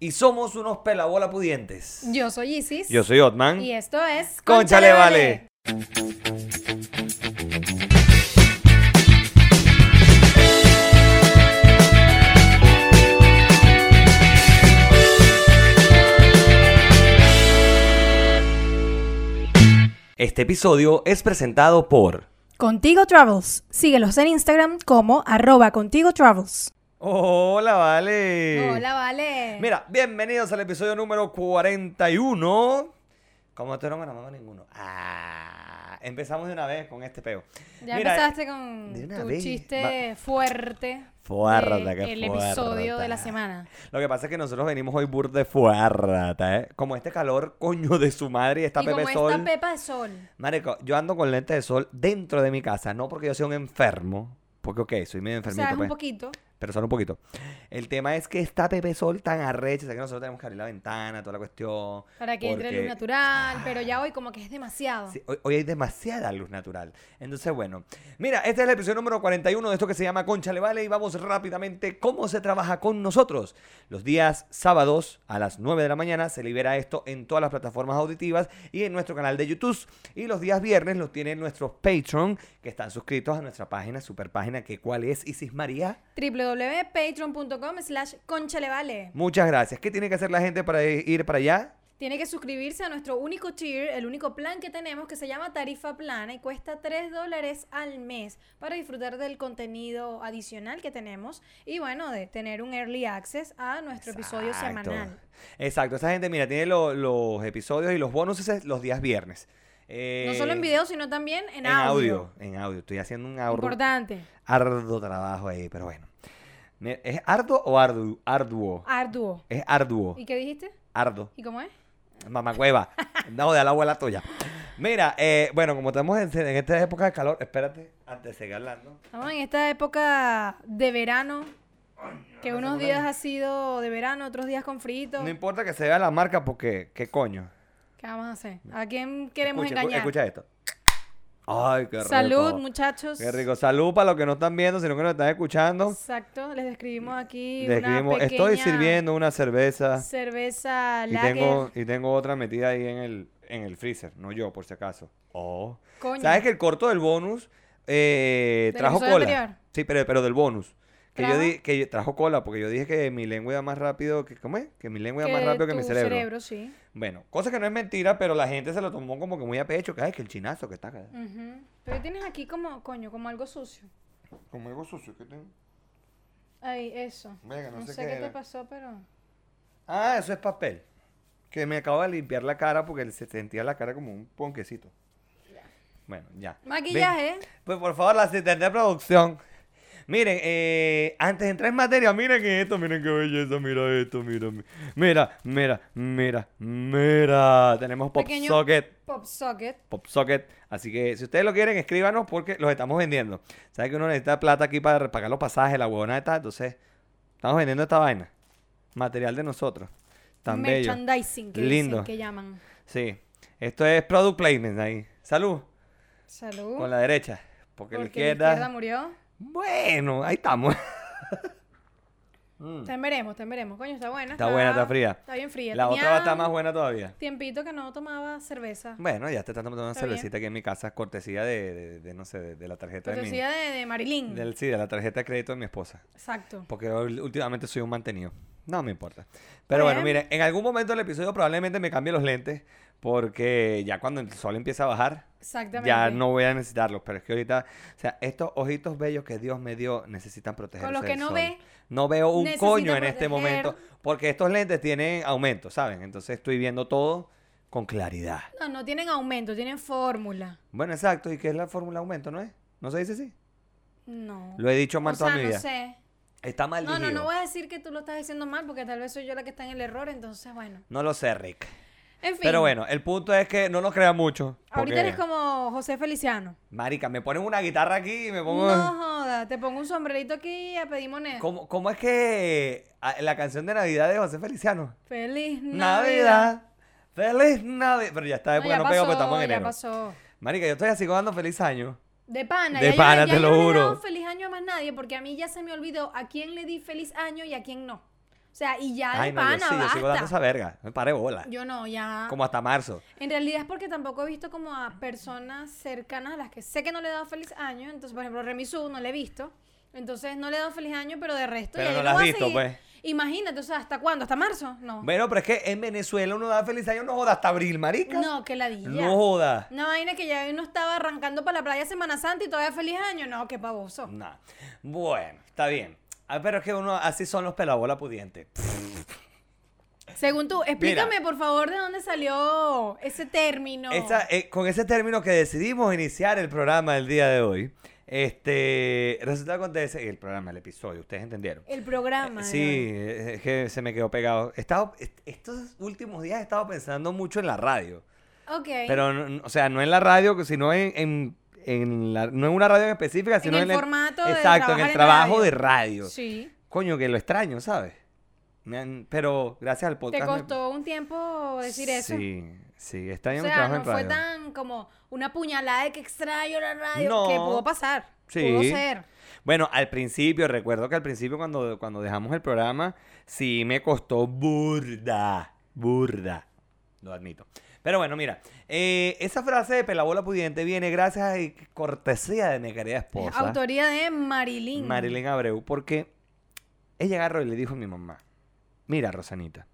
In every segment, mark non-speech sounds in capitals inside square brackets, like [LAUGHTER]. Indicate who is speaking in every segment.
Speaker 1: Y somos unos pelabola pudientes.
Speaker 2: Yo soy Isis.
Speaker 1: Yo soy Otman.
Speaker 2: Y esto es.
Speaker 1: Conchale, vale. Este episodio es presentado por.
Speaker 2: Contigo Travels. Síguelos en Instagram como arroba contigo travels.
Speaker 1: Hola, vale.
Speaker 2: Hola, vale.
Speaker 1: Mira, bienvenidos al episodio número 41. Como tú no me mamá ninguno. Ah, empezamos de una vez con este peo.
Speaker 2: ya
Speaker 1: Mira,
Speaker 2: empezaste con
Speaker 1: de una
Speaker 2: tu
Speaker 1: vez,
Speaker 2: chiste fuerte.
Speaker 1: Fuerte,
Speaker 2: de
Speaker 1: que
Speaker 2: El episodio de la
Speaker 1: fuerte.
Speaker 2: semana.
Speaker 1: Lo que pasa es que nosotros venimos hoy burde fuarrata, ¿eh? Como este calor, coño, de su madre y esta
Speaker 2: y
Speaker 1: Pepe
Speaker 2: como
Speaker 1: Sol.
Speaker 2: esta pepa de sol.
Speaker 1: Marico, yo ando con lentes de sol dentro de mi casa, no porque yo sea un enfermo, porque ok, soy medio
Speaker 2: O
Speaker 1: enfermito,
Speaker 2: sea, es un
Speaker 1: pues,
Speaker 2: poquito.
Speaker 1: pero solo un poquito. El tema es que está Pepe Sol tan arrecha, o sea, que nosotros tenemos que abrir la ventana, toda la cuestión.
Speaker 2: Para que entre
Speaker 1: porque- Ah.
Speaker 2: luz natural. Pero ya hoy como que es demasiado.
Speaker 1: Sí, hoy, hoy hay demasiada luz natural. Entonces, bueno, mira, este es el episodio número 41 de esto que se llama Concha Le Vale y vamos rápidamente cómo se trabaja con nosotros. Los días sábados a las 9 de la mañana se libera esto en todas las plataformas auditivas y en nuestro canal de YouTube. Y los días viernes los tienen nuestros Patreon que están suscritos a nuestra página, super página, que cuál es Isis María.
Speaker 2: www.patreon.com slash conchalevale.
Speaker 1: Muchas gracias. ¿Qué tiene que hacer la gente para ir para allá?
Speaker 2: Tiene que suscribirse a nuestro único tier, el único plan que tenemos que se llama Tarifa Plana y cuesta 3 dólares al mes para disfrutar del contenido adicional que tenemos y bueno, de tener un early access a nuestro episodio
Speaker 1: Exacto.
Speaker 2: semanal.
Speaker 1: Exacto, esa gente, mira, tiene lo- los episodios y los bonuses los días viernes. Eh,
Speaker 2: no solo en video, sino también en,
Speaker 1: En audio.
Speaker 2: audio.
Speaker 1: En audio. Estoy haciendo un ahorro-
Speaker 2: Importante.
Speaker 1: arduo trabajo ahí, pero bueno. Me- ¿Es arduo o arduo? Arduo.
Speaker 2: Arduo.
Speaker 1: Es arduo.
Speaker 2: ¿Y qué dijiste?
Speaker 1: Ardo.
Speaker 2: ¿Y cómo es? [LAUGHS]
Speaker 1: Mamacueva. No, de la abuela tuya. Mira, eh, bueno, como estamos en, en esta época de calor, espérate, antes de seguir hablando.
Speaker 2: Estamos en esta época de verano, que unos días ha sido de verano, otros días con frito.
Speaker 1: No importa que se vea la marca porque, ¿qué coño?
Speaker 2: ¿Qué vamos a hacer? ¿A quién queremos
Speaker 1: Escucha, escu-
Speaker 2: engañar?
Speaker 1: Escucha esto. Ay, qué rico.
Speaker 2: Salud, muchachos.
Speaker 1: Qué rico. Salud para los que no están viendo, sino que nos están escuchando.
Speaker 2: Exacto, les describimos aquí.
Speaker 1: Les escribimos,
Speaker 2: una pequeña
Speaker 1: estoy sirviendo una cerveza.
Speaker 2: Cerveza
Speaker 1: Y
Speaker 2: lager.
Speaker 1: tengo, y tengo otra metida ahí en el, en el freezer, no yo, por si acaso. Oh.
Speaker 2: Coño.
Speaker 1: ¿Sabes que el corto del bonus eh,
Speaker 2: ¿Del
Speaker 1: trajo
Speaker 2: episodio
Speaker 1: cola?
Speaker 2: anterior?
Speaker 1: Sí, pero, pero del bonus. Que yo,
Speaker 2: ¿Trajo?
Speaker 1: di- que yo- trajo cola, porque yo dije que mi lengua iba más rápido que, ¿cómo es? Que mi lengua iba más rápido que mi
Speaker 2: tu
Speaker 1: cerebro.
Speaker 2: sí.
Speaker 1: Bueno, cosa que no es mentira, pero la gente se lo tomó como que muy a pecho, que ay, que el chinazo que está acá.
Speaker 2: Ujú. Pero tienes aquí como, coño, como algo sucio.
Speaker 1: Como algo sucio que tengo.
Speaker 2: Ay, eso.
Speaker 1: Venga, no sé
Speaker 2: sé
Speaker 1: qué
Speaker 2: qué te
Speaker 1: era.
Speaker 2: pasó, pero.
Speaker 1: Ah, eso es papel. Que me acabo de limpiar la cara porque se sentía la cara como un ponquecito. Bueno, ya. Ven.
Speaker 2: Maquillaje.
Speaker 1: Pues por favor, la asistente de producción. Miren, eh, antes de entrar en materia, miren esto, miren qué belleza, mira esto, mira, mi- mira, mira, mira, mira. Tenemos pop
Speaker 2: Pequeño.
Speaker 1: socket,
Speaker 2: Pop socket.
Speaker 1: pop socket. Así que si ustedes lo quieren, escríbanos porque los estamos vendiendo. Saben que uno necesita plata aquí para pagar los pasajes, la huevona está. Entonces, estamos vendiendo esta vaina. Material de nosotros. Tan bello.
Speaker 2: merchandising que
Speaker 1: Lindo.
Speaker 2: dicen que llaman.
Speaker 1: Sí. Esto es product placement ahí. Salud.
Speaker 2: Salud.
Speaker 1: Con la derecha. Uh. Porque,
Speaker 2: porque
Speaker 1: la izquierda.
Speaker 2: murió.
Speaker 1: Bueno, ahí estamos. Mm.
Speaker 2: Te veremos, te veremos. Coño, está buena.
Speaker 1: Está buena, está fría.
Speaker 2: Está bien fría.
Speaker 1: La
Speaker 2: Tenía
Speaker 1: otra va a estar más buena todavía.
Speaker 2: Tiempito que no tomaba cerveza.
Speaker 1: Bueno, ya te están tomando una
Speaker 2: Está bien.
Speaker 1: cervecita aquí en mi casa, cortesía de, de- de, no sé, de, de la tarjeta de mi...
Speaker 2: Cortesía de, de Marilyn.
Speaker 1: del- sí, de la tarjeta de crédito de mi esposa.
Speaker 2: Exacto.
Speaker 1: Porque ul- últimamente soy un mantenido. No me importa. Pero bueno,
Speaker 2: Bien.
Speaker 1: miren, en algún momento del episodio probablemente me cambie los lentes. Porque ya cuando el sol empieza a bajar,
Speaker 2: Exactamente.
Speaker 1: ya no voy a necesitarlos. Pero es que ahorita, o sea, estos ojitos bellos que Dios me dio necesitan protegerse.
Speaker 2: Con los que
Speaker 1: del
Speaker 2: no
Speaker 1: sol.
Speaker 2: ve,
Speaker 1: No veo un
Speaker 2: necesita
Speaker 1: coño en este
Speaker 2: proteger.
Speaker 1: momento. Porque estos lentes tienen aumento, ¿saben? Entonces estoy viendo todo con claridad.
Speaker 2: No, no tienen aumento, tienen fórmula.
Speaker 1: Bueno, exacto. ¿Y qué es la fórmula aumento, no es? ¿No se dice así?
Speaker 2: No.
Speaker 1: Lo he dicho mal
Speaker 2: o sea,
Speaker 1: toda mi vida.
Speaker 2: no sé.
Speaker 1: Está mal
Speaker 2: No, no,
Speaker 1: dirigido.
Speaker 2: no voy a decir que tú lo estás diciendo mal porque tal vez soy yo la que está en el error, entonces bueno.
Speaker 1: No lo sé, Rick.
Speaker 2: En fin.
Speaker 1: Pero bueno, el punto es que no nos crean mucho.
Speaker 2: Ahorita
Speaker 1: porque-
Speaker 2: eres como José Feliciano.
Speaker 1: Marica, me ponen una guitarra aquí y me pongo...
Speaker 2: No joda, te pongo un sombrerito aquí a pedir moneda.
Speaker 1: ¿Cómo, cómo es que ah, la canción de Navidad de José Feliciano?
Speaker 2: Feliz
Speaker 1: Navidad.
Speaker 2: Navidad.
Speaker 1: Feliz Navidad. Pero ya está,
Speaker 2: No,
Speaker 1: época pues
Speaker 2: ya
Speaker 1: no, pego,
Speaker 2: pasó,
Speaker 1: porque estamos en
Speaker 2: ya
Speaker 1: enero.
Speaker 2: pasó.
Speaker 1: Marica, yo estoy así como dando feliz año.
Speaker 2: De pana,
Speaker 1: De
Speaker 2: ya
Speaker 1: pana,
Speaker 2: yo,
Speaker 1: te
Speaker 2: ya
Speaker 1: lo
Speaker 2: yo no le he
Speaker 1: juro.
Speaker 2: dado feliz año a más nadie porque a mí ya se me olvidó a quién le di feliz año y a quién no. O sea, y ya
Speaker 1: Ay,
Speaker 2: de
Speaker 1: no, yo
Speaker 2: pana,
Speaker 1: sí, yo sigo dando
Speaker 2: basta.
Speaker 1: esa verga. Me paré bola.
Speaker 2: Yo no, ya.
Speaker 1: Como hasta marzo.
Speaker 2: En realidad es porque tampoco he visto como a personas cercanas a las que sé que no le he dado feliz año. Entonces, por ejemplo, Remisu no le he visto. Entonces, no le he dado feliz año, pero de resto.
Speaker 1: Pero
Speaker 2: ya
Speaker 1: no
Speaker 2: yo
Speaker 1: la has
Speaker 2: voy a
Speaker 1: visto,
Speaker 2: seguir.
Speaker 1: pues.
Speaker 2: Imagínate, o sea, ¿hasta cuándo? ¿Hasta marzo? No.
Speaker 1: Bueno, pero es que en Venezuela uno da feliz año, no joda, hasta abril, marica.
Speaker 2: No, que la
Speaker 1: No joda.
Speaker 2: Una vaina que ya uno estaba arrancando para la playa Semana Santa y todavía feliz año. No, qué pavoso.
Speaker 1: Nah. Bueno, está bien. Ah, pero es que uno, así son los pelabola pudientes.
Speaker 2: Según tú, explícame por favor de dónde salió ese término.
Speaker 1: Esa- eh, con ese término que decidimos iniciar el programa el día de hoy, este, resulta que acontece, el programa, el episodio, ustedes entendieron.
Speaker 2: El programa. de
Speaker 1: Sí, eh, es que se me quedó pegado. He estado- est- estos últimos días he estado pensando mucho en la radio.
Speaker 2: hoy. Ok.
Speaker 1: Pero, no- no- o sea, no en la radio, sino en, en, en la- no en una radio en específica, sino
Speaker 2: el
Speaker 1: en
Speaker 2: formato de
Speaker 1: Exacto, en
Speaker 2: trabajar
Speaker 1: el
Speaker 2: en
Speaker 1: trabajo
Speaker 2: radio.
Speaker 1: de radio.
Speaker 2: Sí.
Speaker 1: Coño, que lo extraño, ¿sabes? Me han- pero gracias al
Speaker 2: Te
Speaker 1: podcast. me-
Speaker 2: costó un tiempo decir eso.
Speaker 1: Sí, sí,
Speaker 2: O
Speaker 1: extraño mi
Speaker 2: sea,
Speaker 1: trabajo
Speaker 2: no
Speaker 1: en radio.
Speaker 2: fue tan como una puñalada de que extraño la radio.
Speaker 1: No.
Speaker 2: Que pudo pasar.
Speaker 1: Sí.
Speaker 2: Pudo ser.
Speaker 1: Bueno, al principio, recuerdo que al principio cuando, cuando dejamos el programa, sí me costó burda, burda, lo admito. Pero bueno, mira, eh, esa frase de pelabola pudiente viene gracias y cortesía de mi querida esposa,
Speaker 2: Autoría de Marilyn.
Speaker 1: Marilyn Abreu, porque ella agarró y le dijo a mi mamá, mira, Rosanita,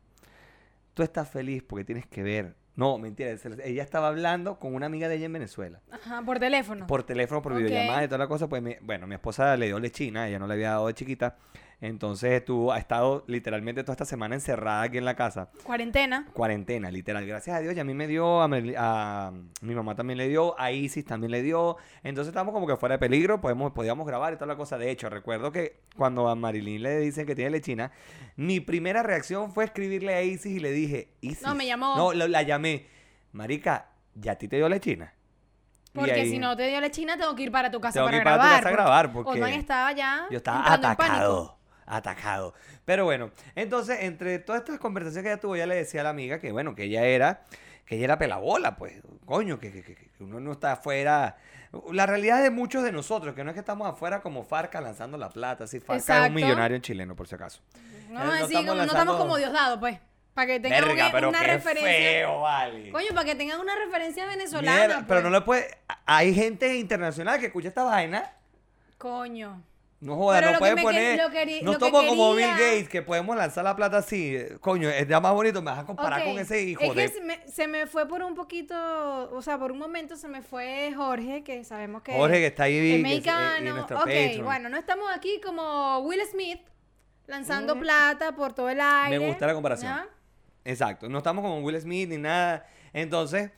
Speaker 1: tú estás feliz porque tienes que ver... No, mentira, se- ella estaba hablando con una amiga de ella en Venezuela.
Speaker 2: Ajá, por teléfono.
Speaker 1: por teléfono, por
Speaker 2: Ok.
Speaker 1: videollamada y toda la cosa, pues mi- bueno, mi esposa le dio lechina, ella no le había dado de chiquita. Entonces estuvo, ha estado literalmente toda esta semana encerrada aquí en la casa,
Speaker 2: Cuarentena.
Speaker 1: cuarentena, literal. Gracias a Dios, y a mí me dio, a, Mel- a mi mamá también le dio, a Isis también le dio. Entonces estamos como que fuera de peligro, podemos, podíamos grabar y toda la cosa. De hecho, recuerdo que cuando a Marilyn le dicen que tiene lechina, mi primera reacción fue escribirle a Isis y le dije, Isis.
Speaker 2: No, me llamó.
Speaker 1: No, la, la llamé. Marica, ¿ya a ti te dio lechina? Y
Speaker 2: Porque
Speaker 1: ahí-
Speaker 2: si no te dio la china, tengo que ir para tu casa
Speaker 1: Tengo
Speaker 2: para
Speaker 1: que ir para tu
Speaker 2: grabar.
Speaker 1: casa a grabar, porque
Speaker 2: Osman estaba ya.
Speaker 1: Yo estaba
Speaker 2: entrando en pánico.
Speaker 1: atacado. Atacado. Pero bueno, entonces, entre todas estas conversaciones que ella tuvo, ya le decía a la amiga que, bueno, que ella era, que ella era pelabola, pues, coño, que, que- que- que uno no está afuera. La realidad de muchos de nosotros, que no es que estamos afuera como Farca lanzando la plata, así Farca es
Speaker 2: Exacto.
Speaker 1: un millonario en chileno, por si acaso.
Speaker 2: No,
Speaker 1: Eh, no
Speaker 2: así
Speaker 1: estamos
Speaker 2: como- no
Speaker 1: lanzando-
Speaker 2: estamos como Diosdado, pues. Para que tengan
Speaker 1: Verga,
Speaker 2: una,
Speaker 1: pero
Speaker 2: una
Speaker 1: qué
Speaker 2: referencia.
Speaker 1: feo, vale.
Speaker 2: Coño, para que tengan una referencia venezolana.
Speaker 1: Mierda, pero
Speaker 2: pues.
Speaker 1: no le puede... Hay gente internacional que escucha esta vaina
Speaker 2: Coño.
Speaker 1: No joda,
Speaker 2: Pero
Speaker 1: no
Speaker 2: lo que
Speaker 1: puedes
Speaker 2: me quer-
Speaker 1: poner.
Speaker 2: lo queri-
Speaker 1: no
Speaker 2: lo que
Speaker 1: tomo como Bill
Speaker 2: quería-
Speaker 1: Gates, que podemos lanzar la plata así. eh, Coño, es ya más bonito, me vas a comparar
Speaker 2: Ok,
Speaker 1: con ese hijo
Speaker 2: es
Speaker 1: de.
Speaker 2: que se me, se me fue por un poquito, o sea, por un momento se me fue Jorge, que sabemos que
Speaker 1: Jorge que está ahí
Speaker 2: es
Speaker 1: que es- eh,
Speaker 2: mexicano.
Speaker 1: y nuestro
Speaker 2: ok,
Speaker 1: Patreon.
Speaker 2: bueno, no estamos aquí como Will Smith lanzando
Speaker 1: Mm.
Speaker 2: plata por todo el aire.
Speaker 1: gusta la comparación.
Speaker 2: ¿ya?
Speaker 1: Exacto, no estamos como Will Smith ni nada. Entonces,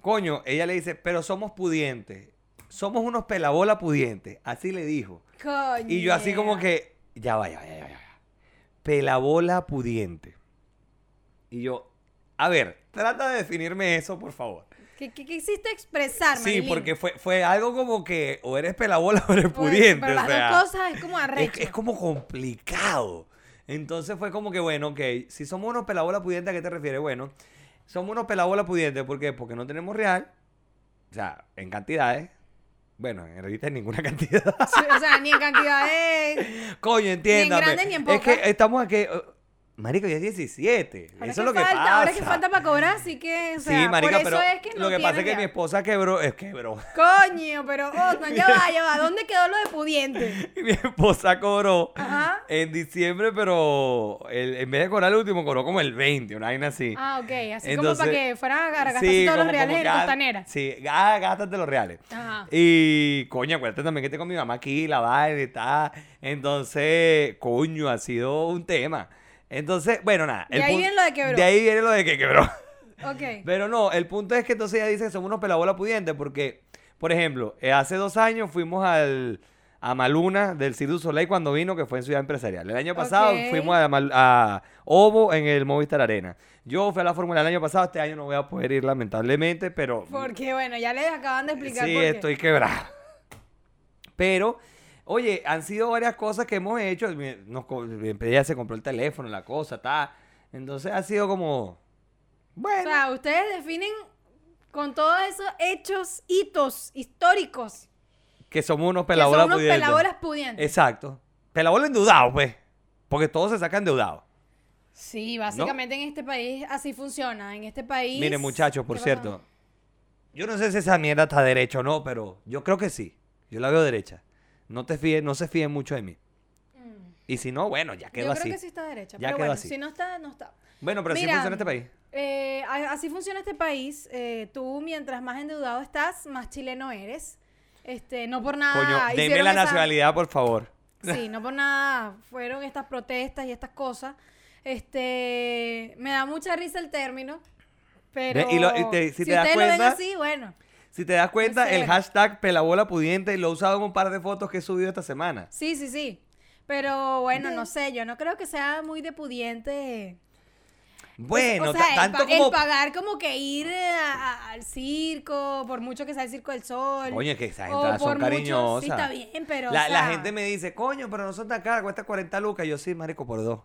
Speaker 1: coño, ella le dice, pero somos pudientes. Somos unos pelabola pudientes. Así le dijo.
Speaker 2: Coño.
Speaker 1: Y yo así como que, ya va, ya va, ya va, ya va. Pelabola pudiente. Y yo, a ver, trata de definirme eso, por favor.
Speaker 2: ¿Qué, qué quisiste expresar,
Speaker 1: Sí,
Speaker 2: Marilyn?
Speaker 1: porque fue, fue algo como que o eres pelabola o eres
Speaker 2: Pues,
Speaker 1: pudiente.
Speaker 2: Pero
Speaker 1: o
Speaker 2: las
Speaker 1: sea,
Speaker 2: dos cosas es como
Speaker 1: es,
Speaker 2: arrecho.
Speaker 1: es como complicado. Entonces fue como que, bueno, ok, si somos unos pelabola pudientes, ¿a qué te refieres? Bueno, somos unos pelabola pudientes, ¿por qué? Porque no tenemos real, o sea, en cantidades. Bueno, en realidad en ninguna [LAUGHS] cantidad.
Speaker 2: Sí, [LAUGHS] O sea, ni en cantidad de...
Speaker 1: Coño, entiéndame.
Speaker 2: grande ni en
Speaker 1: Es que
Speaker 2: poca.
Speaker 1: estamos aquí. eh, Marico, ya es 17.
Speaker 2: Ahora
Speaker 1: Eso es lo que
Speaker 2: falta,
Speaker 1: pasa.
Speaker 2: Ahora es que falta para cobrar, así que, o sea,
Speaker 1: sí, marica,
Speaker 2: por eso
Speaker 1: pero
Speaker 2: es que no
Speaker 1: lo que pasa es
Speaker 2: tienes
Speaker 1: que mi
Speaker 2: ya.
Speaker 1: esposa quebró. Es quebró. [LAUGHS]
Speaker 2: Coño, pero Osman, ya va, ya va. ¿Dónde quedó lo de pudiente?
Speaker 1: mi esposa cobró
Speaker 2: Ajá.
Speaker 1: en diciembre, pero el- en vez de cobrar el último, cobró como el 20, una vaina así.
Speaker 2: Ah, ok. Así como
Speaker 1: Entonces,
Speaker 2: para que fuera a gastar
Speaker 1: Sí,
Speaker 2: todos
Speaker 1: como-
Speaker 2: los reales
Speaker 1: como
Speaker 2: en
Speaker 1: que, ah,
Speaker 2: Costanera.
Speaker 1: Sí, ah, gástate los reales.
Speaker 2: Ajá.
Speaker 1: Y, coño, acuérdate también que tengo a mi mamá aquí, la vaina y tal. Entonces, coño, ha sido un tema. Entonces, bueno, nada.
Speaker 2: De ahí
Speaker 1: pun-
Speaker 2: viene lo de quebró.
Speaker 1: De ahí viene lo de que quebró.
Speaker 2: Ok.
Speaker 1: Pero no, el punto es que entonces ella dice que somos unos pelabola pudientes porque, por ejemplo, eh, hace dos años fuimos al, a Maluna del Cirque du Soleil cuando vino, que fue en Ciudad Empresarial. El año pasado
Speaker 2: Ok.
Speaker 1: fuimos a, Mal- a Ovo en el Movistar Arena. Yo fui a la Fórmula el año pasado, este año no voy a poder ir lamentablemente, pero
Speaker 2: Porque, bueno, ya les acaban de explicar
Speaker 1: sí,
Speaker 2: por qué.
Speaker 1: estoy quebrado. Pero, oye, han sido varias cosas que hemos hecho. Mi- Nos, co- ella se compró el teléfono, la cosa, tal. Entonces ha sido como... Bueno.
Speaker 2: O sea, ustedes definen con todos esos hechos, hitos históricos.
Speaker 1: Que somos unos
Speaker 2: Que son
Speaker 1: pelabolas
Speaker 2: unos
Speaker 1: pudientes.
Speaker 2: pelabolas pudientes.
Speaker 1: Exacto. Pelabola endeudados, pues. Porque todos se sacan endeudados.
Speaker 2: Sí, básicamente en este país así funciona. En este país.
Speaker 1: Miren, muchachos, por
Speaker 2: ¿Qué pasó?
Speaker 1: cierto. Yo no sé si esa mierda está derecha o no, pero yo creo que sí. Yo la veo derecha. No te fíes, no se fíen mucho de mí. Y si no, bueno, ya quedó
Speaker 2: Mm. Yo
Speaker 1: así.
Speaker 2: creo que sí está derecha.
Speaker 1: Ya
Speaker 2: pero
Speaker 1: quedó
Speaker 2: bueno,
Speaker 1: así.
Speaker 2: si no está, no está.
Speaker 1: Bueno, pero así
Speaker 2: Mira,
Speaker 1: funciona este país.
Speaker 2: eh, a- así funciona este país. eh, tú, mientras más endeudado estás, más chileno eres. Este, no por nada.
Speaker 1: Coño, deme
Speaker 2: hicieron
Speaker 1: la
Speaker 2: esa-
Speaker 1: nacionalidad, por favor.
Speaker 2: Sí, no por nada fueron estas protestas y estas cosas. Este, me da mucha risa el término, pero
Speaker 1: Ve, y lo- y te- si
Speaker 2: si,
Speaker 1: te das
Speaker 2: ustedes lo ven
Speaker 1: cuenta-
Speaker 2: así, bueno,
Speaker 1: Si te das cuenta,
Speaker 2: Puede
Speaker 1: el
Speaker 2: ser.
Speaker 1: hashtag pelabola pudiente lo he usado en un par de fotos que he subido esta semana.
Speaker 2: sí, sí, sí. Pero bueno, no sé, yo no creo que sea muy de pudiente.
Speaker 1: Bueno,
Speaker 2: o sea,
Speaker 1: ta-
Speaker 2: el
Speaker 1: tanto
Speaker 2: pa- el,
Speaker 1: como...
Speaker 2: pagar como que ir eh, a- a- al circo, por mucho que sea el Circo del Sol.
Speaker 1: Coño, que esas
Speaker 2: o
Speaker 1: entradas son
Speaker 2: por mucho-
Speaker 1: cariñosas.
Speaker 2: sí, está bien, pero. o
Speaker 1: la, la
Speaker 2: sea-
Speaker 1: gente me dice, coño, pero no son tan caras, cuesta 40 lucas. Yo sí, marico, por dos.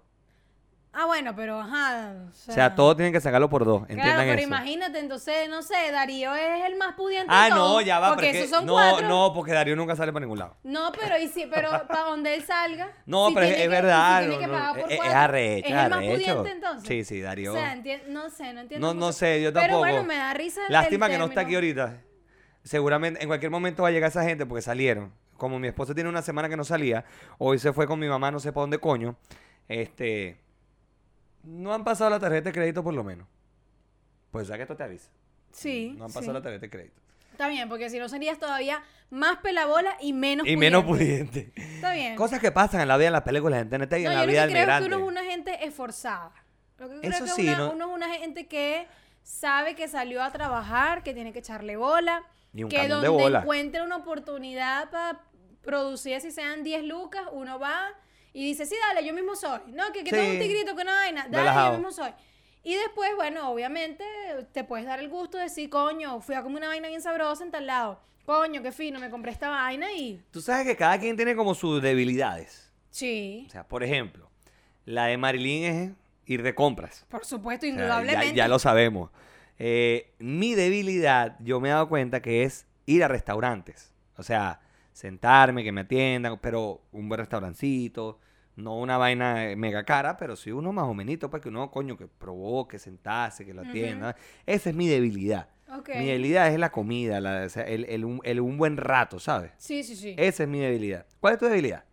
Speaker 2: Ah, bueno, pero ajá. O sea,
Speaker 1: O sea, todos tienen que sacarlo por dos. Entiendan
Speaker 2: Claro, pero
Speaker 1: eso.
Speaker 2: imagínate, entonces, no sé, Darío es el más pudiente. de
Speaker 1: Ah, no,
Speaker 2: todos,
Speaker 1: ya va,
Speaker 2: Porque
Speaker 1: pero es
Speaker 2: esos
Speaker 1: que-
Speaker 2: son
Speaker 1: no,
Speaker 2: cuatro.
Speaker 1: no, porque Darío nunca sale para ningún lado.
Speaker 2: No, pero y si,
Speaker 1: [LAUGHS]
Speaker 2: pero para donde él salga.
Speaker 1: No,
Speaker 2: si
Speaker 1: pero es,
Speaker 2: tiene
Speaker 1: es
Speaker 2: que- si
Speaker 1: verdad.
Speaker 2: tiene que
Speaker 1: no, no,
Speaker 2: pagar por
Speaker 1: es, es
Speaker 2: cuatro,
Speaker 1: arrecho,
Speaker 2: ¿es el más
Speaker 1: arrecho.
Speaker 2: pudiente entonces.
Speaker 1: Sí, sí, Darío.
Speaker 2: O sea, enti- no sé, no entiendo.
Speaker 1: no, no
Speaker 2: mucho.
Speaker 1: sé, yo
Speaker 2: Pero
Speaker 1: tampoco.
Speaker 2: bueno, me da risa. el-
Speaker 1: Lástima
Speaker 2: el
Speaker 1: que no está aquí
Speaker 2: término.
Speaker 1: ahorita. Seguramente en cualquier momento va a llegar esa gente porque salieron. Como mi esposa tiene una semana que no salía, hoy se fue con mi mamá, no sé para dónde coño. Este. No han pasado la tarjeta de crédito por lo menos. Pues ya que esto te avisa.
Speaker 2: Sí.
Speaker 1: No han pasado
Speaker 2: sí.
Speaker 1: la tarjeta de crédito.
Speaker 2: Está bien, porque si no serías todavía más pelabola y menos
Speaker 1: y menos pudiente.
Speaker 2: Está bien.
Speaker 1: Cosas que pasan en la vida de las películas de TNT y
Speaker 2: no,
Speaker 1: en
Speaker 2: yo
Speaker 1: la
Speaker 2: lo
Speaker 1: vida
Speaker 2: que
Speaker 1: del
Speaker 2: creo es que
Speaker 1: migrante.
Speaker 2: uno es una gente esforzada. Lo que creo
Speaker 1: Eso
Speaker 2: que
Speaker 1: sí,
Speaker 2: una-
Speaker 1: ¿no?
Speaker 2: uno es una gente que sabe que salió a trabajar, que tiene que echarle bola,
Speaker 1: Y un
Speaker 2: que
Speaker 1: camión de
Speaker 2: donde
Speaker 1: bola.
Speaker 2: encuentra una oportunidad para producir, si sean 10 lucas, uno va y dice, sí, dale, yo mismo soy. No, que, que tengo
Speaker 1: Sí.
Speaker 2: un tigrito, que una vaina, dale,
Speaker 1: Relajado.
Speaker 2: yo mismo soy. Y después, bueno, obviamente te puedes dar el gusto de decir, coño, fui a comer una vaina bien sabrosa en tal lado. Coño, qué fino, me compré esta vaina y...
Speaker 1: Tú sabes que cada quien tiene como sus debilidades.
Speaker 2: Sí,
Speaker 1: O sea, por ejemplo, la de Marilyn es ir de compras.
Speaker 2: por supuesto,
Speaker 1: O sea, ya-
Speaker 2: indudablemente.
Speaker 1: ya, lo sabemos. Eh, mi debilidad, yo me he dado cuenta que es ir a restaurantes. O sea, sentarme, que me atiendan, pero un buen restaurancito. No una vaina eh, mega cara, pero sí uno más o menos, para que uno, coño, que provoque, sentarse, que lo
Speaker 2: Ujú.
Speaker 1: atienda. Esa es mi debilidad.
Speaker 2: Ok.
Speaker 1: Mi debilidad es la comida, la- o sea, el, el un- el un buen rato, ¿sabes?
Speaker 2: Sí, sí, sí.
Speaker 1: Esa es mi debilidad. ¿Cuál es tu debilidad?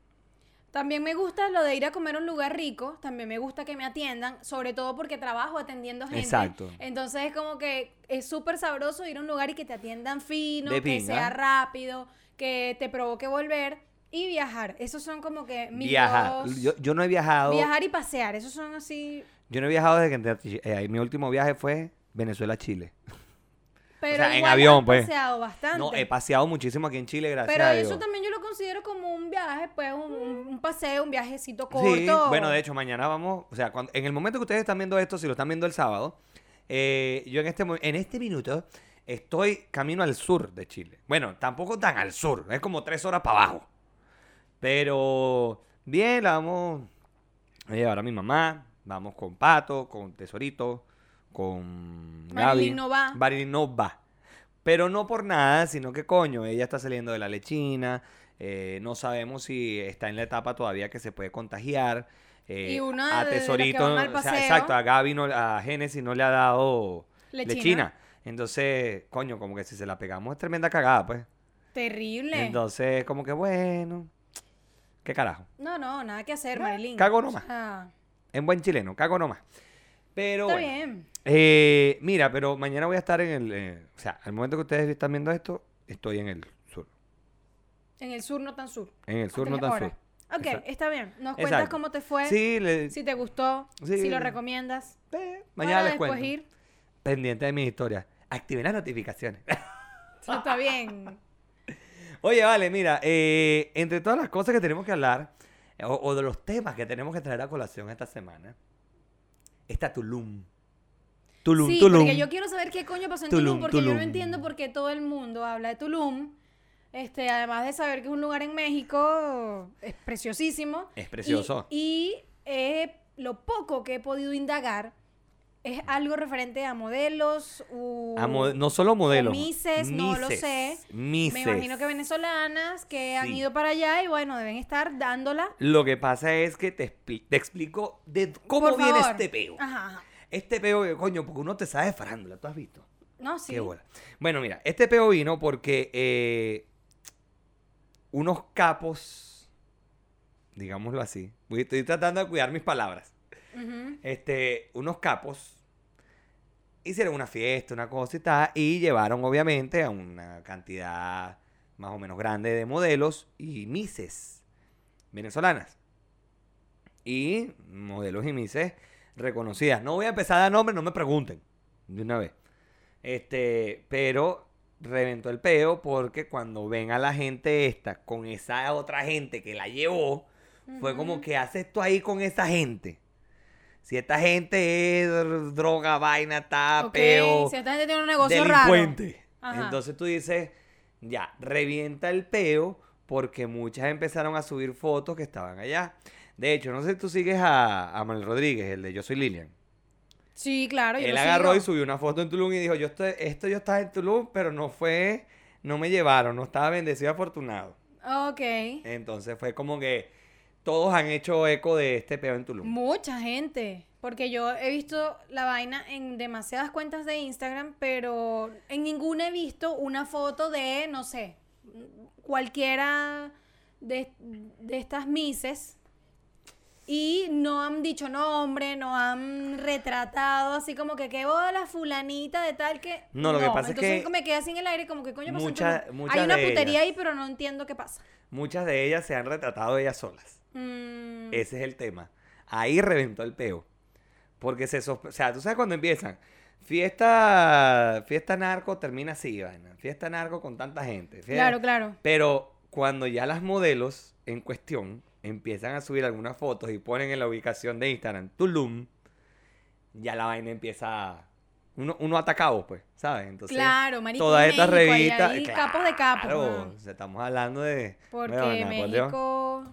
Speaker 2: También me gusta lo de ir a comer a un lugar rico, también me gusta que me atiendan, sobre todo porque trabajo atendiendo gente.
Speaker 1: Exacto.
Speaker 2: Entonces es como que es súper sabroso ir a un lugar y que te atiendan fino,
Speaker 1: De ¿ah?
Speaker 2: que
Speaker 1: pinga.
Speaker 2: sea rápido, que te provoque volver y viajar. Esos son como que mis
Speaker 1: Viajar.
Speaker 2: dos-
Speaker 1: Yo, yo no he viajado.
Speaker 2: viajar y pasear, esos son así,
Speaker 1: Yo no he viajado desde que entré. a- eh, mi último viaje fue Venezuela-Chile.
Speaker 2: pero
Speaker 1: sea, en
Speaker 2: igual
Speaker 1: avión,
Speaker 2: has
Speaker 1: pues.
Speaker 2: paseado bastante.
Speaker 1: No, he paseado muchísimo aquí en Chile, gracias
Speaker 2: pero
Speaker 1: a
Speaker 2: eso
Speaker 1: Dios.
Speaker 2: también yo lo considero como un viaje, pues un, un- un paseo, un viajecito corto.
Speaker 1: Sí, bueno, de hecho, mañana vamos. O sea, cuando- en el momento que ustedes están viendo esto, si lo están viendo el sábado, eh, yo en este, mo- en este minuto estoy camino al sur de Chile. Bueno, tampoco tan al sur, es como tres horas para abajo. Pero bien, la vamos a llevar a mi mamá. Vamos con Pato, con Tesorito, con Gaby.
Speaker 2: Marilyn no va.
Speaker 1: Marilyn no va. Pero no por nada, sino que coño, ella está saliendo de la lechina. eh, no sabemos si está en la etapa todavía que se puede contagiar. eh,
Speaker 2: Y uno de- de los que van al
Speaker 1: o sea,
Speaker 2: paseo.
Speaker 1: exacto, a Gaby, no, a Genesis no le ha dado lechina.
Speaker 2: Lechina.
Speaker 1: Entonces, coño, como que si se la pegamos es tremenda cagada, pues.
Speaker 2: Terrible.
Speaker 1: Entonces, como que bueno, qué carajo.
Speaker 2: No, no, nada que hacer,
Speaker 1: Ah,
Speaker 2: Marilyn.
Speaker 1: cago nomás.
Speaker 2: O sea,
Speaker 1: En buen chileno, cago nomás. Pero
Speaker 2: está
Speaker 1: bueno.
Speaker 2: bien.
Speaker 1: Eh, mira, pero mañana voy a estar en el. eh, o sea, al momento que ustedes están viendo esto, estoy en el sur.
Speaker 2: En el sur no tan sur.
Speaker 1: En el sur, no
Speaker 2: Tres
Speaker 1: tan
Speaker 2: horas.
Speaker 1: sur.
Speaker 2: Ok,
Speaker 1: Exacto.
Speaker 2: está bien. Nos cuentas
Speaker 1: Exacto.
Speaker 2: cómo te fue.
Speaker 1: Sí, le-
Speaker 2: Pues, Si te gustó.
Speaker 1: Sí.
Speaker 2: Si lo recomiendas.
Speaker 1: eh,
Speaker 2: para
Speaker 1: mañana les
Speaker 2: después
Speaker 1: cuento.
Speaker 2: ir.
Speaker 1: Pendiente de mis historias. Activen las notificaciones. [LAUGHS]
Speaker 2: Sí, está bien.
Speaker 1: Oye, vale, mira, eh, entre todas las cosas que tenemos que hablar, eh, o, o de los temas que tenemos que traer a colación esta semana, está Tulum. [LAUGHS] Tulum,
Speaker 2: sí,
Speaker 1: Tulum.
Speaker 2: porque yo quiero saber qué coño pasó en Tulum,
Speaker 1: Tulum,
Speaker 2: porque yo
Speaker 1: Tulum.
Speaker 2: no entiendo por qué todo el mundo habla de Tulum. Este, además de saber que es un lugar en México, es preciosísimo.
Speaker 1: Es precioso.
Speaker 2: Y, y, eh, lo poco que he podido indagar es algo referente a modelos u...
Speaker 1: A mo- no solo modelos.
Speaker 2: mises, no lo sé.
Speaker 1: Mises.
Speaker 2: Me imagino que venezolanas que han
Speaker 1: Sí.
Speaker 2: ido para allá y bueno, deben estar dándola.
Speaker 1: Lo que pasa es que te, expli- te explico de cómo
Speaker 2: Por
Speaker 1: viene
Speaker 2: favor. Ah.
Speaker 1: este peo.
Speaker 2: Ajá, ajá.
Speaker 1: Este peo, que, coño, porque uno te sabe de farándula, tú has visto.
Speaker 2: No, Ah, sí.
Speaker 1: Qué bola. Bueno, mira, este peo vino porque eh, unos capos, digámoslo así, voy- estoy tratando de cuidar mis palabras.
Speaker 2: Ujú.
Speaker 1: Este, unos capos hicieron una fiesta, una cosa y tal, y llevaron obviamente a una cantidad más o menos grande de modelos y mises venezolanas. Y modelos y mises reconocidas. No voy a empezar a dar nombres, no me pregunten de una vez. Este, pero reventó el peo porque cuando ven a la gente esta con esa otra gente que la llevó, fue como
Speaker 2: Ujú.
Speaker 1: que haces tú ahí con esa gente. Si esta gente es dr- droga, vaina,
Speaker 2: Ok,
Speaker 1: tapeo,
Speaker 2: si esta gente tiene un negocio raro.
Speaker 1: delincuente.
Speaker 2: Ajá.
Speaker 1: Entonces tú dices, ya, revienta el peo porque muchas empezaron a subir fotos que estaban allá. De hecho, no sé si tú sigues a, a Manuel Rodríguez, el de Yo soy Lilian.
Speaker 2: Sí, claro. yo
Speaker 1: Él
Speaker 2: lo
Speaker 1: agarró
Speaker 2: sigo.
Speaker 1: y subió una foto en Tulum y dijo, yo estoy, esto yo estaba en Tulum, pero no fue, no me llevaron, no estaba bendecido, afortunado.
Speaker 2: Ok.
Speaker 1: Entonces fue como que todos han hecho eco de este peo en Tulum.
Speaker 2: Mucha gente. Porque yo he visto la vaina en demasiadas cuentas de Instagram, pero en ninguna he visto una foto de, no sé, cualquiera de, de estas mises. Y no han dicho nombre, no han retratado, así como que qué bola fulanita de tal que...
Speaker 1: No, lo que pasa es
Speaker 2: entonces
Speaker 1: que
Speaker 2: me quedé así en el aire como que coño pasó en
Speaker 1: mucha-
Speaker 2: Tulum?
Speaker 1: muchas
Speaker 2: Hay una
Speaker 1: de
Speaker 2: putería
Speaker 1: ellas.
Speaker 2: ahí, pero no entiendo qué pasa.
Speaker 1: Muchas de ellas se han retratado ellas solas.
Speaker 2: Mm,
Speaker 1: Ese es el tema. Ahí reventó el peo. Porque se sospe- O sea, tú sabes cuando empiezan. Fiesta, fiesta narco termina así, vaina. Fiesta narco con tanta gente. Fie-
Speaker 2: claro, claro.
Speaker 1: Pero cuando ya las modelos en cuestión empiezan a subir algunas fotos y ponen en la ubicación de Instagram Tulum, ya la vaina empieza a... Uno, uno atacado, pues, ¿sabes? Entonces,
Speaker 2: Claro, marico,
Speaker 1: todas
Speaker 2: en
Speaker 1: estas
Speaker 2: México hay-
Speaker 1: revistas...
Speaker 2: hay capos de capos,
Speaker 1: claro,
Speaker 2: weón.
Speaker 1: o sea, estamos hablando de...
Speaker 2: Porque
Speaker 1: bueno, Ana, por Dios,
Speaker 2: México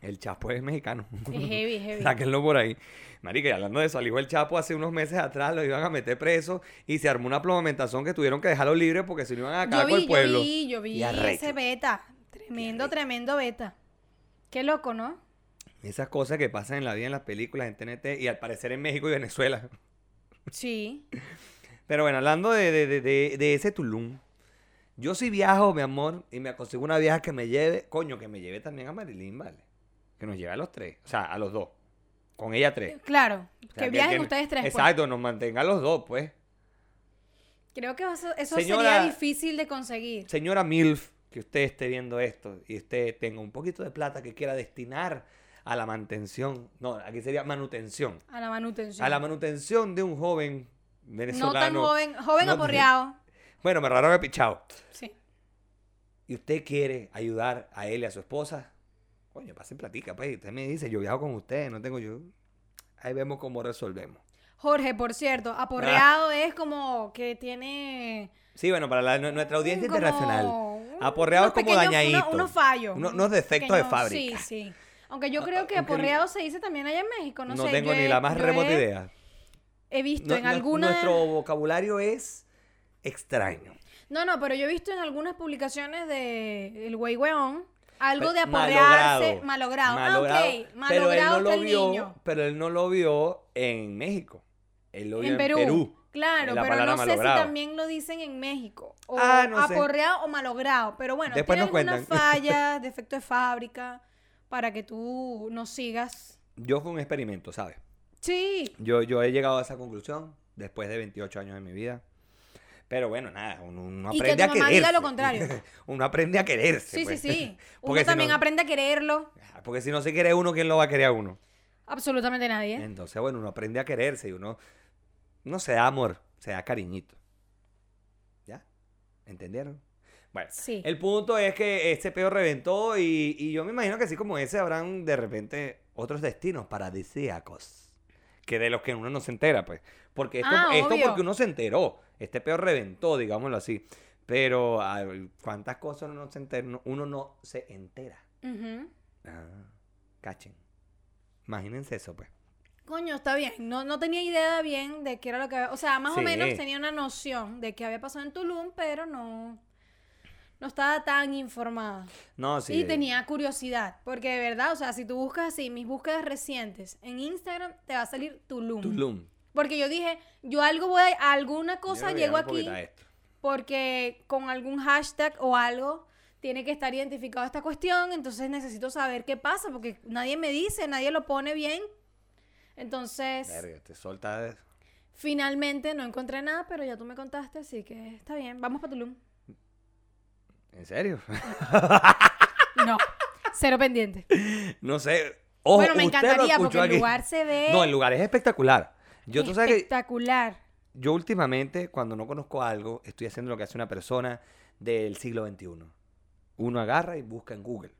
Speaker 1: El Chapo es mexicano. [LAUGHS]
Speaker 2: es heavy, es heavy.
Speaker 1: Sáquenlo por ahí. Marica, y hablando de eso, al hijo del Chapo hace unos meses atrás lo iban a meter preso y se armó una plomamentación que tuvieron que dejarlo libre porque si no iban a acabar con el
Speaker 2: Yo vi, yo
Speaker 1: pueblo.
Speaker 2: vi, yo vi
Speaker 1: Y arrecho.
Speaker 2: ese beta. Tremendo, tremendo beta. Qué loco, ¿no?
Speaker 1: Esas cosas que pasan en la vida, en las películas, en TNT y al parecer en México y Venezuela.
Speaker 2: Sí.
Speaker 1: Pero bueno, hablando de, de- de- de- de ese Tulum, yo sí viajo, mi amor, y me consigo una vieja que me lleve, coño, que me lleve también a Marilyn, ¿vale? Que nos lleve a los tres, o sea, a los dos. Con ella tres.
Speaker 2: Claro,
Speaker 1: O sea,
Speaker 2: que viajen
Speaker 1: que-
Speaker 2: ustedes tres. pues.
Speaker 1: Exacto, nos mantenga a los dos, pues.
Speaker 2: Creo que eso, eso
Speaker 1: Señora-
Speaker 2: sería difícil de conseguir.
Speaker 1: Señora Milf, que usted esté viendo esto y usted tenga un poquito de plata que quiera destinar a la mantención, no, aquí sería manutención.
Speaker 2: A la manutención.
Speaker 1: A la manutención de un joven
Speaker 2: no
Speaker 1: venezolano.
Speaker 2: tan joven, joven
Speaker 1: No tan-
Speaker 2: aporreado.
Speaker 1: Bueno, me raro que pichado.
Speaker 2: Sí.
Speaker 1: Y usted quiere ayudar a él y a su esposa. Coño, pasen platica, pues. Usted me dice, yo viajo con usted, no tengo yo. Ahí vemos cómo resolvemos.
Speaker 2: Jorge, por cierto, aporreado
Speaker 1: Ah.
Speaker 2: es como que tiene.
Speaker 1: Sí, bueno, para la- nu- nuestra audiencia
Speaker 2: como
Speaker 1: internacional.
Speaker 2: un-
Speaker 1: Aporreado
Speaker 2: unos
Speaker 1: es como
Speaker 2: pequeños-
Speaker 1: dañadito.
Speaker 2: uno- Unos fallos.
Speaker 1: Uno- unos defectos de fábrica.
Speaker 2: Sí, sí. Aunque yo
Speaker 1: Ah,
Speaker 2: creo que
Speaker 1: aunque-
Speaker 2: aporreado se dice también allá en México. No,
Speaker 1: No,
Speaker 2: sé,
Speaker 1: tengo
Speaker 2: yo
Speaker 1: ni
Speaker 2: he-
Speaker 1: la más
Speaker 2: yo
Speaker 1: remota
Speaker 2: he-
Speaker 1: idea.
Speaker 2: He visto
Speaker 1: Nu-
Speaker 2: en
Speaker 1: nu-
Speaker 2: algunas.
Speaker 1: Nuestro vocabulario es extraño.
Speaker 2: No, no, pero yo he visto en algunas publicaciones de El Güey Weón algo de
Speaker 1: Pe-
Speaker 2: aporrearse.
Speaker 1: malogrado.
Speaker 2: Malogrado.
Speaker 1: Malogrado.
Speaker 2: Ah, ok. Malogrado
Speaker 1: pero
Speaker 2: está
Speaker 1: él no
Speaker 2: el
Speaker 1: lo vio,
Speaker 2: niño.
Speaker 1: Pero él no lo vio en México. Él lo vio
Speaker 2: En Perú. Claro,
Speaker 1: en la
Speaker 2: pero
Speaker 1: palabra
Speaker 2: no sé
Speaker 1: malogrado.
Speaker 2: si también lo dicen en México. O
Speaker 1: Ah, no sé.
Speaker 2: aporreado o malogrado. Pero bueno,
Speaker 1: Después
Speaker 2: tiene
Speaker 1: nos
Speaker 2: algunas
Speaker 1: cuentan. [LAUGHS]
Speaker 2: fallas, defecto de fábrica, para que tú nos sigas.
Speaker 1: Yo fue un experimento, ¿sabes?
Speaker 2: Sí.
Speaker 1: Yo, yo he llegado a esa conclusión después de 28 años de mi vida. Pero bueno, nada, uno, uno
Speaker 2: Y que
Speaker 1: aprende
Speaker 2: tu
Speaker 1: a
Speaker 2: mamá
Speaker 1: quererse.
Speaker 2: diga lo contrario.
Speaker 1: [LAUGHS] uno aprende a quererse.
Speaker 2: Sí, sí,
Speaker 1: pues.
Speaker 2: sí. Uno
Speaker 1: Porque si
Speaker 2: también
Speaker 1: no-
Speaker 2: aprende a quererlo.
Speaker 1: [LAUGHS] Porque si no se quiere uno, ¿quién lo va a querer a uno?
Speaker 2: Absolutamente nadie.
Speaker 1: Entonces, bueno, uno aprende a quererse y uno no se da amor, se da cariñito. ¿Ya? ¿Entendieron? Bueno,
Speaker 2: Sí.
Speaker 1: el punto es que este peo reventó y, y yo me imagino que así como ese habrán de repente otros destinos paradisíacos. Que de los que uno no se entera, pues. Porque esto,
Speaker 2: Ah,
Speaker 1: esto
Speaker 2: obvio.
Speaker 1: porque uno se enteró. Este peo reventó, digámoslo así. Pero ay, cuántas cosas uno no se entera. No- Uno no se entera.
Speaker 2: Ujú.
Speaker 1: Ah, cachen. Imagínense eso, pues.
Speaker 2: Coño, está bien. No, no tenía idea bien de qué era lo que había. O sea, más
Speaker 1: Sí.
Speaker 2: o menos tenía una noción de qué había pasado en Tulum, pero no. No estaba tan informada.
Speaker 1: No, sí.
Speaker 2: y
Speaker 1: de-
Speaker 2: tenía curiosidad. Porque de verdad, o sea, si tú buscas así mis búsquedas recientes en Instagram, te va a salir Tulum.
Speaker 1: Tulum.
Speaker 2: Porque yo dije, yo algo voy a. Alguna
Speaker 1: Yo
Speaker 2: cosa
Speaker 1: creo que
Speaker 2: llego
Speaker 1: llamo un
Speaker 2: aquí
Speaker 1: poquito a esto.
Speaker 2: porque con algún hashtag o algo tiene que estar identificado esta cuestión, entonces necesito saber qué pasa, porque nadie me dice, nadie lo pone bien. Entonces,
Speaker 1: Verga, te solta.
Speaker 2: finalmente no encontré nada, pero ya tú me contaste, así que está bien, vamos para Tulum.
Speaker 1: ¿En serio?
Speaker 2: No, cero pendiente.
Speaker 1: [LAUGHS] no sé. Ojo,
Speaker 2: bueno, me
Speaker 1: usted lo
Speaker 2: encantaría
Speaker 1: escuchó
Speaker 2: porque el
Speaker 1: aquí.
Speaker 2: lugar se ve
Speaker 1: No, el lugar es espectacular. Yo, tú sabes que
Speaker 2: espectacular.
Speaker 1: yo últimamente, cuando no conozco algo, estoy haciendo lo que hace una persona del siglo XXI. Uno agarra y busca en Google.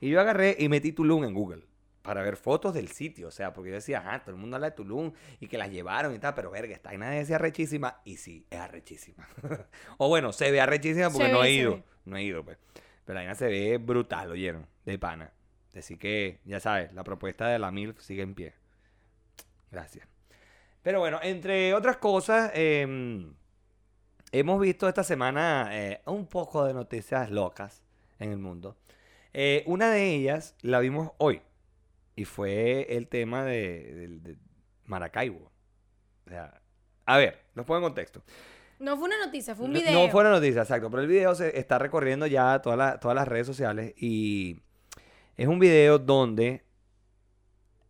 Speaker 1: Y yo agarré y metí Tulum en Google para ver fotos del sitio. O sea, porque yo decía, ajá, todo el mundo habla de Tulum y que las llevaron y tal, pero verga, está en nadie decía arrechísima. Y sí, es arrechísima. [LAUGHS] o bueno, se ve arrechísima porque
Speaker 2: Se
Speaker 1: no
Speaker 2: ve,
Speaker 1: he
Speaker 2: se
Speaker 1: ido.
Speaker 2: ve.
Speaker 1: No he ido, pues. Pero la vaina se ve brutal, oyeron, de pana. Así que, ya sabes, la propuesta de la MILF sigue en pie. Gracias. Pero bueno, entre otras cosas, eh, hemos visto esta semana eh, un poco de noticias locas en el mundo. Eh, una de ellas la vimos hoy y fue el tema de, del- de Maracaibo. O sea, a ver, los pongo en contexto.
Speaker 2: No fue una noticia, fue un
Speaker 1: No-
Speaker 2: video.
Speaker 1: No fue una noticia, exacto. Pero el video se está recorriendo ya todas las- todas las redes sociales y es un video donde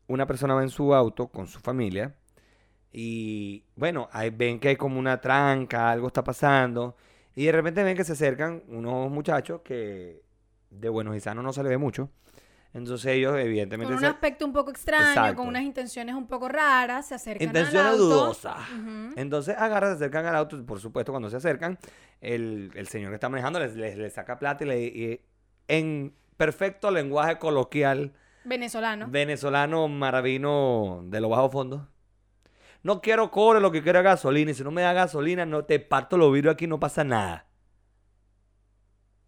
Speaker 1: una persona va en su auto con su familia y, bueno, ahí ven que hay como una tranca, algo está pasando y de repente ven que se acercan unos muchachos que de Buenos Aires no se le ve mucho. Entonces ellos evidentemente...
Speaker 2: con un
Speaker 1: se-
Speaker 2: aspecto un poco extraño,
Speaker 1: Exacto.
Speaker 2: con unas intenciones un poco raras, se acercan al
Speaker 1: Intenciones
Speaker 2: auto.
Speaker 1: dudosas.
Speaker 2: Ujú.
Speaker 1: Entonces agarran, se acercan al auto, por supuesto, cuando se acercan, el, el señor que está manejando les, les- les saca plata y, le, y en perfecto lenguaje coloquial
Speaker 2: Venezolano.
Speaker 1: venezolano maravino de los bajos fondos. No quiero cobre, lo que quiero es gasolina. Y si no me da gasolina, no te parto los vidrios aquí, no pasa nada.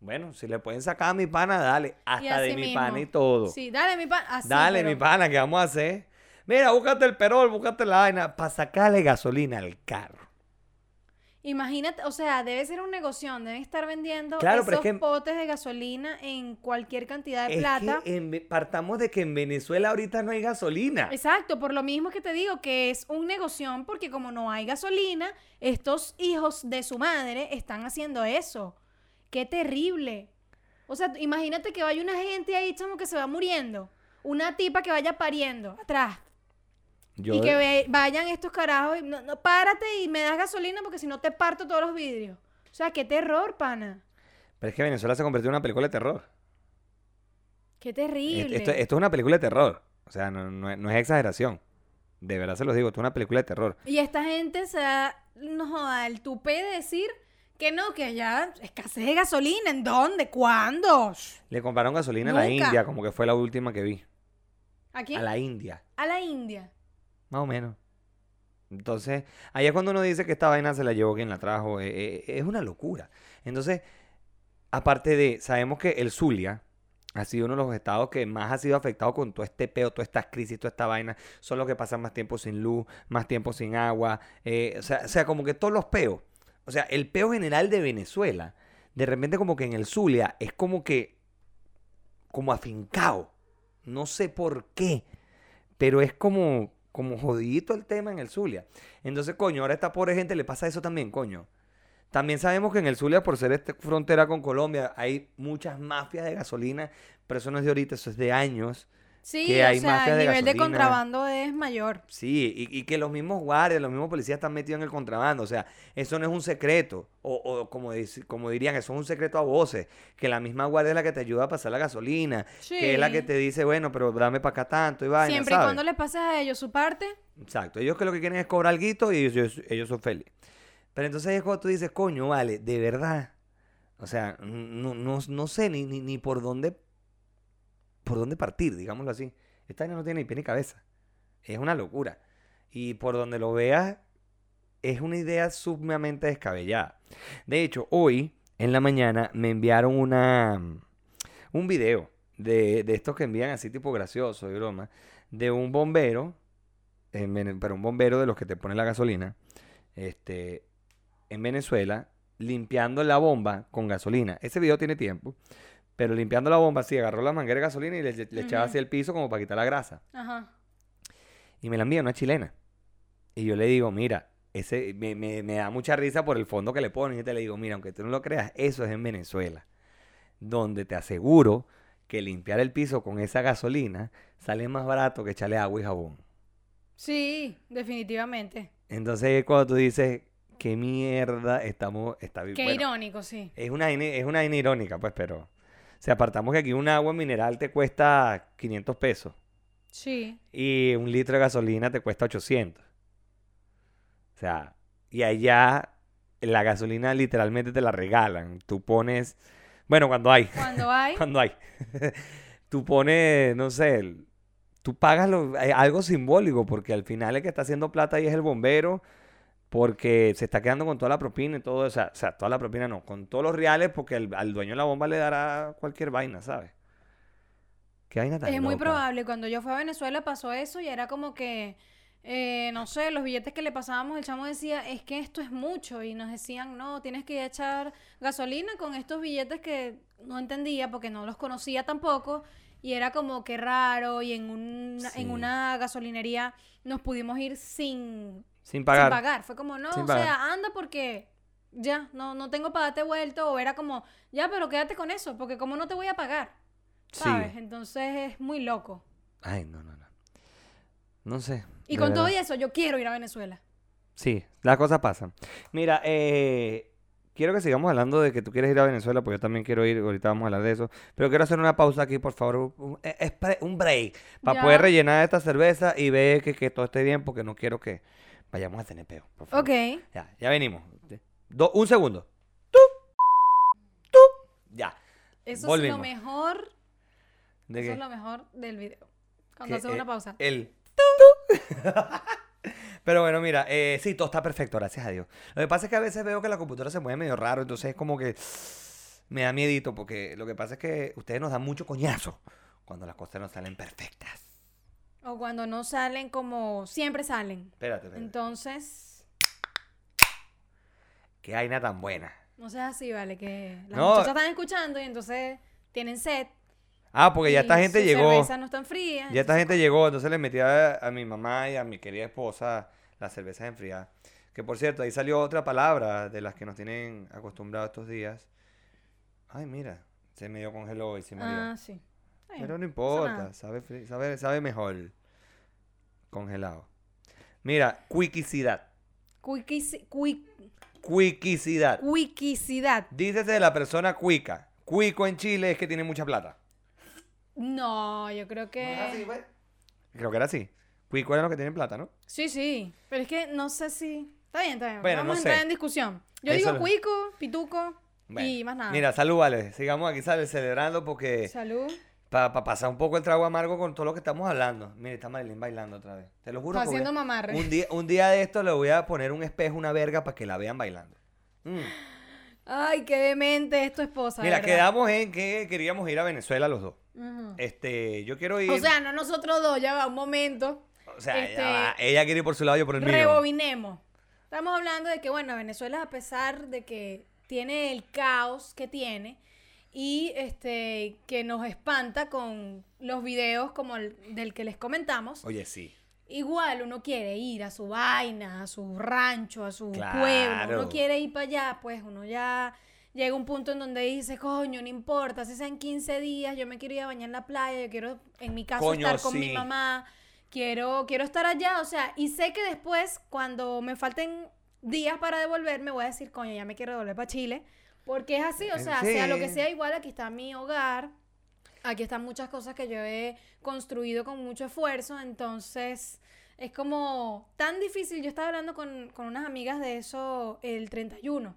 Speaker 1: Bueno, si le pueden sacar a mi pana, dale. Hasta de
Speaker 2: así
Speaker 1: mi
Speaker 2: mismo.
Speaker 1: pana y todo.
Speaker 2: Sí, dale mi pan. así,
Speaker 1: Dale,
Speaker 2: pero-
Speaker 1: mi pana, ¿qué vamos a hacer? Mira, búscate el perol, búscate la vaina para sacarle gasolina al carro.
Speaker 2: Imagínate, o sea, debe ser un negocio, deben estar vendiendo
Speaker 1: Claro, pero
Speaker 2: esos
Speaker 1: es que-
Speaker 2: potes de gasolina en cualquier cantidad de
Speaker 1: Es
Speaker 2: plata.
Speaker 1: que en Ve- partamos de que en Venezuela ahorita no hay gasolina.
Speaker 2: Exacto, por lo mismo que te digo que es un negocio, porque como no hay gasolina, estos hijos de su madre están haciendo eso. Qué terrible. O sea, tú- imagínate que vaya una gente ahí, chamo, que se va muriendo. Una tipa que vaya pariendo atrás.
Speaker 1: Yo,
Speaker 2: Y que ve- vayan estos carajos y no, no, párate y me das gasolina porque si no te parto todos los vidrios. O sea, qué terror, pana.
Speaker 1: Pero es que Venezuela se convirtió en una película de terror.
Speaker 2: Qué
Speaker 1: Es-
Speaker 2: terrible.
Speaker 1: Esto, esto es una película de terror. O sea, no, no es- no es exageración. De verdad se los digo, esto es una película de terror.
Speaker 2: Y esta gente se da, no joda, el tupé de decir que no, que ya escasez de gasolina. ¿En dónde? ¿Cuándo?
Speaker 1: Le compraron gasolina a la
Speaker 2: Nunca.
Speaker 1: India, como que fue la última que vi.
Speaker 2: ¿Aquí?
Speaker 1: A la India,
Speaker 2: A la India.
Speaker 1: más o menos. Entonces, ahí es cuando uno dice que esta vaina se la llevó quien la trajo. eh, eh, es una locura. Entonces, aparte de, sabemos que el Zulia ha sido uno de los estados que más ha sido afectado con todo este peo, todas estas crisis, toda esta vaina. Son los que pasan más tiempo sin luz, más tiempo sin agua. eh, o, sea, o sea, como que todos los peos. O sea, el peo general de Venezuela, de repente como que en el Zulia es como que, como afincado. No sé por qué, pero es como, como jodidito el tema en el Zulia. Entonces, coño, ahora a esta pobre gente le pasa eso también, coño. También sabemos que en el Zulia, por ser este- frontera con Colombia, hay muchas mafias de gasolina, pero eso no es de ahorita, eso es de años.
Speaker 2: Sí,
Speaker 1: Que hay
Speaker 2: o sea,
Speaker 1: mafias
Speaker 2: el
Speaker 1: de
Speaker 2: nivel
Speaker 1: gasolina.
Speaker 2: de
Speaker 1: eh.
Speaker 2: contrabando es mayor.
Speaker 1: Sí, y, y que los mismos guardias, los mismos policías están metidos en el contrabando. O sea, eso no es un secreto. O, o como, dice- como dirían, eso es un secreto a voces. Que la misma guardia es la que te ayuda a pasar la gasolina. Que es la que
Speaker 2: Sí.
Speaker 1: te dice, bueno, pero dame para acá tanto y vaina,
Speaker 2: Siempre y
Speaker 1: ¿sabes?
Speaker 2: cuando le pases a ellos su parte,
Speaker 1: Exacto. Ellos que lo que quieren es cobrar algo y ellos, ellos son felices. Pero entonces ahí es cuando tú dices, coño, vale, de verdad. O sea, no, no, no sé ni, ni, ni por dónde por dónde partir, digámoslo así. Esta vaina no tiene ni pie ni cabeza. Es una locura. Y por donde lo veas, es una idea sumamente descabellada. De hecho, hoy en la mañana me enviaron una un video de, de estos que envían así tipo gracioso y broma, de un bombero eh, en Vene- para un bombero de los que te pone la gasolina, este, en Venezuela, limpiando la bomba con gasolina. Ese video tiene tiempo, pero limpiando la bomba, sí, agarró la manguera de gasolina y le, le echaba
Speaker 2: Ujú.
Speaker 1: hacia el piso como para quitar la grasa.
Speaker 2: Ajá.
Speaker 1: Y me la envía una chilena. Y yo le digo, mira, ese me, me- me da mucha risa por el fondo que le ponen. Y te le digo, mira, aunque tú no lo creas, eso es en Venezuela. Donde te aseguro que limpiar el piso con esa gasolina sale más barato que echarle agua y jabón.
Speaker 2: Sí, definitivamente.
Speaker 1: Entonces cuando tú dices, qué mierda estamos, está
Speaker 2: Qué
Speaker 1: bueno,
Speaker 2: irónico, sí.
Speaker 1: es una vaina- es una vaina irónica, pues, pero... Si apartamos que aquí un agua mineral te cuesta 500 pesos.
Speaker 2: Sí.
Speaker 1: y un litro de gasolina te cuesta 800. O sea, y allá la gasolina literalmente te la regalan. Tú pones, bueno, cuando hay, [LAUGHS]
Speaker 2: Cuando hay.
Speaker 1: cuando hay. [LAUGHS] Tú pones, no sé, el- tú pagas lo- eh, algo simbólico porque al final el que está haciendo plata ahí es el bombero porque se está quedando con toda la propina y todo, o sea, o sea, toda la propina no, con todos los reales porque al- al dueño de la bomba le dará cualquier vaina, ¿sabes? ¿Qué vaina tan
Speaker 2: Es muy
Speaker 1: loca?
Speaker 2: probable. Cuando yo fui a Venezuela pasó eso y era como que, eh, no sé, los billetes que le pasábamos, el chamo decía, es que esto es mucho. Y nos decían, no, tienes que ir a echar gasolina con estos billetes que no entendía porque no los conocía tampoco. Y era como que raro. Y en, un,
Speaker 1: Sí.
Speaker 2: en una gasolinería nos pudimos ir sin
Speaker 1: Sin pagar.
Speaker 2: sin pagar. Fue como, no,
Speaker 1: Sin
Speaker 2: o
Speaker 1: pagar.
Speaker 2: sea, anda porque ya, no, no tengo para darte vuelto. O era como, ya, pero quédate con eso, porque como no te voy a pagar.
Speaker 1: Sí.
Speaker 2: ¿Sabes? Entonces es muy loco.
Speaker 1: Ay, no, no, no. No sé.
Speaker 2: Y
Speaker 1: de
Speaker 2: con todo y
Speaker 1: verdad.
Speaker 2: eso, yo quiero ir a Venezuela.
Speaker 1: Sí, las cosas pasan. Mira, eh, quiero que sigamos hablando de que tú quieres ir a Venezuela, pues yo también quiero ir, ahorita vamos a hablar de eso. Pero quiero hacer una pausa aquí, por favor, un, eh, es pre- un break, para
Speaker 2: Ya.
Speaker 1: poder rellenar esta cerveza y ver que, que todo esté bien, porque no quiero que vayamos a tener peo, por favor.
Speaker 2: Ok.
Speaker 1: Ya, ya venimos. Do- un segundo. Tú. Tú. Ya.
Speaker 2: Eso
Speaker 1: Volvimos.
Speaker 2: es lo mejor.
Speaker 1: ¿De
Speaker 2: Eso
Speaker 1: qué?
Speaker 2: es lo mejor del video. Cuando
Speaker 1: Que,
Speaker 2: hace
Speaker 1: eh,
Speaker 2: una pausa.
Speaker 1: El [LAUGHS] Pero bueno, mira, eh, sí, todo está perfecto, gracias a Dios. Lo que pasa es que a veces veo que la computadora se mueve medio raro, entonces es como que me da miedito, porque lo que pasa es que ustedes nos dan mucho coñazo cuando las cosas no salen perfectas.
Speaker 2: O cuando no salen como siempre salen.
Speaker 1: Espérate, espérate.
Speaker 2: Entonces,
Speaker 1: Qué vaina tan buena.
Speaker 2: no seas así, vale, que las
Speaker 1: No.
Speaker 2: muchachas están escuchando y entonces tienen sed.
Speaker 1: Ah, porque ya
Speaker 2: y
Speaker 1: esta gente
Speaker 2: sus
Speaker 1: llegó.
Speaker 2: cervezas no están frías.
Speaker 1: Ya esta
Speaker 2: Ah, entonces,
Speaker 1: gente llegó, entonces le metí a, a mi mamá y a mi querida esposa las cervezas enfriadas. Que por cierto, ahí salió otra palabra de las que nos tienen acostumbrados estos días. Ay, mira, se medio congeló y se murió.
Speaker 2: Ah, sí. Bueno,
Speaker 1: Pero no
Speaker 2: nada.
Speaker 1: importa, sabe, fri- sabe, sabe mejor. Congelado. Mira, quiquicidad.
Speaker 2: Cuiquici- cui-
Speaker 1: Quiquicidad.
Speaker 2: Cuiquicidad.
Speaker 1: Dícese de la persona cuica. Cuico en Chile es que tiene mucha plata.
Speaker 2: No, yo creo
Speaker 1: ¿No es así,
Speaker 2: que.
Speaker 1: pues? Creo que era así. Cuico era los que tienen plata, ¿no?
Speaker 2: Sí, sí. Pero es que no sé si. Está bien, está bien.
Speaker 1: Bueno,
Speaker 2: Vamos
Speaker 1: no
Speaker 2: a entrar
Speaker 1: sé.
Speaker 2: en discusión. Yo
Speaker 1: Eso
Speaker 2: digo
Speaker 1: lo-
Speaker 2: cuico, pituco y
Speaker 1: Bueno,
Speaker 2: más nada.
Speaker 1: Mira, eh, salud, vale. Sigamos aquí sale celebrando porque
Speaker 2: Salud.
Speaker 1: para pasar un poco el trago amargo con todo lo que estamos hablando. Mire, está Marilyn bailando otra vez. Te lo juro.
Speaker 2: Está
Speaker 1: que voy a-
Speaker 2: haciendo mamarre.
Speaker 1: un día, un día de esto le voy a poner un espejo, una verga para que la vean bailando. Mm.
Speaker 2: Ay, qué demente es tu esposa.
Speaker 1: Mira,
Speaker 2: ¿verdad?
Speaker 1: quedamos en que queríamos ir a Venezuela los dos.
Speaker 2: Ujú.
Speaker 1: Este, yo quiero ir.
Speaker 2: O sea, no nosotros dos, ya va, un momento.
Speaker 1: o sea,
Speaker 2: este,
Speaker 1: ya va, ella quiere ir por su lado, yo por el mío.
Speaker 2: Rebobinemos. Estamos hablando de que, bueno, Venezuela, a pesar de que tiene el caos que tiene y este que nos espanta con los videos como el del que les comentamos,
Speaker 1: Oye, sí.
Speaker 2: igual uno quiere ir a su vaina, a su rancho, a su
Speaker 1: Claro.
Speaker 2: pueblo, uno quiere ir para allá, pues uno ya llega a un punto en donde dice, coño, no importa, si sean 15 días, yo me quiero ir a bañar en la playa, yo quiero, en mi caso,
Speaker 1: Coño,
Speaker 2: estar con mi
Speaker 1: sí.
Speaker 2: mamá, quiero, quiero estar allá, o sea, y sé que después, cuando me falten días para devolverme, voy a decir, coño, ya me quiero devolver para Chile, porque es así, o
Speaker 1: Eh,
Speaker 2: sea, sea lo que
Speaker 1: sí.
Speaker 2: sea, igual aquí está mi hogar, aquí están muchas cosas que yo he construido con mucho esfuerzo, entonces es como tan difícil. Yo estaba hablando con, con unas amigas de eso el 31,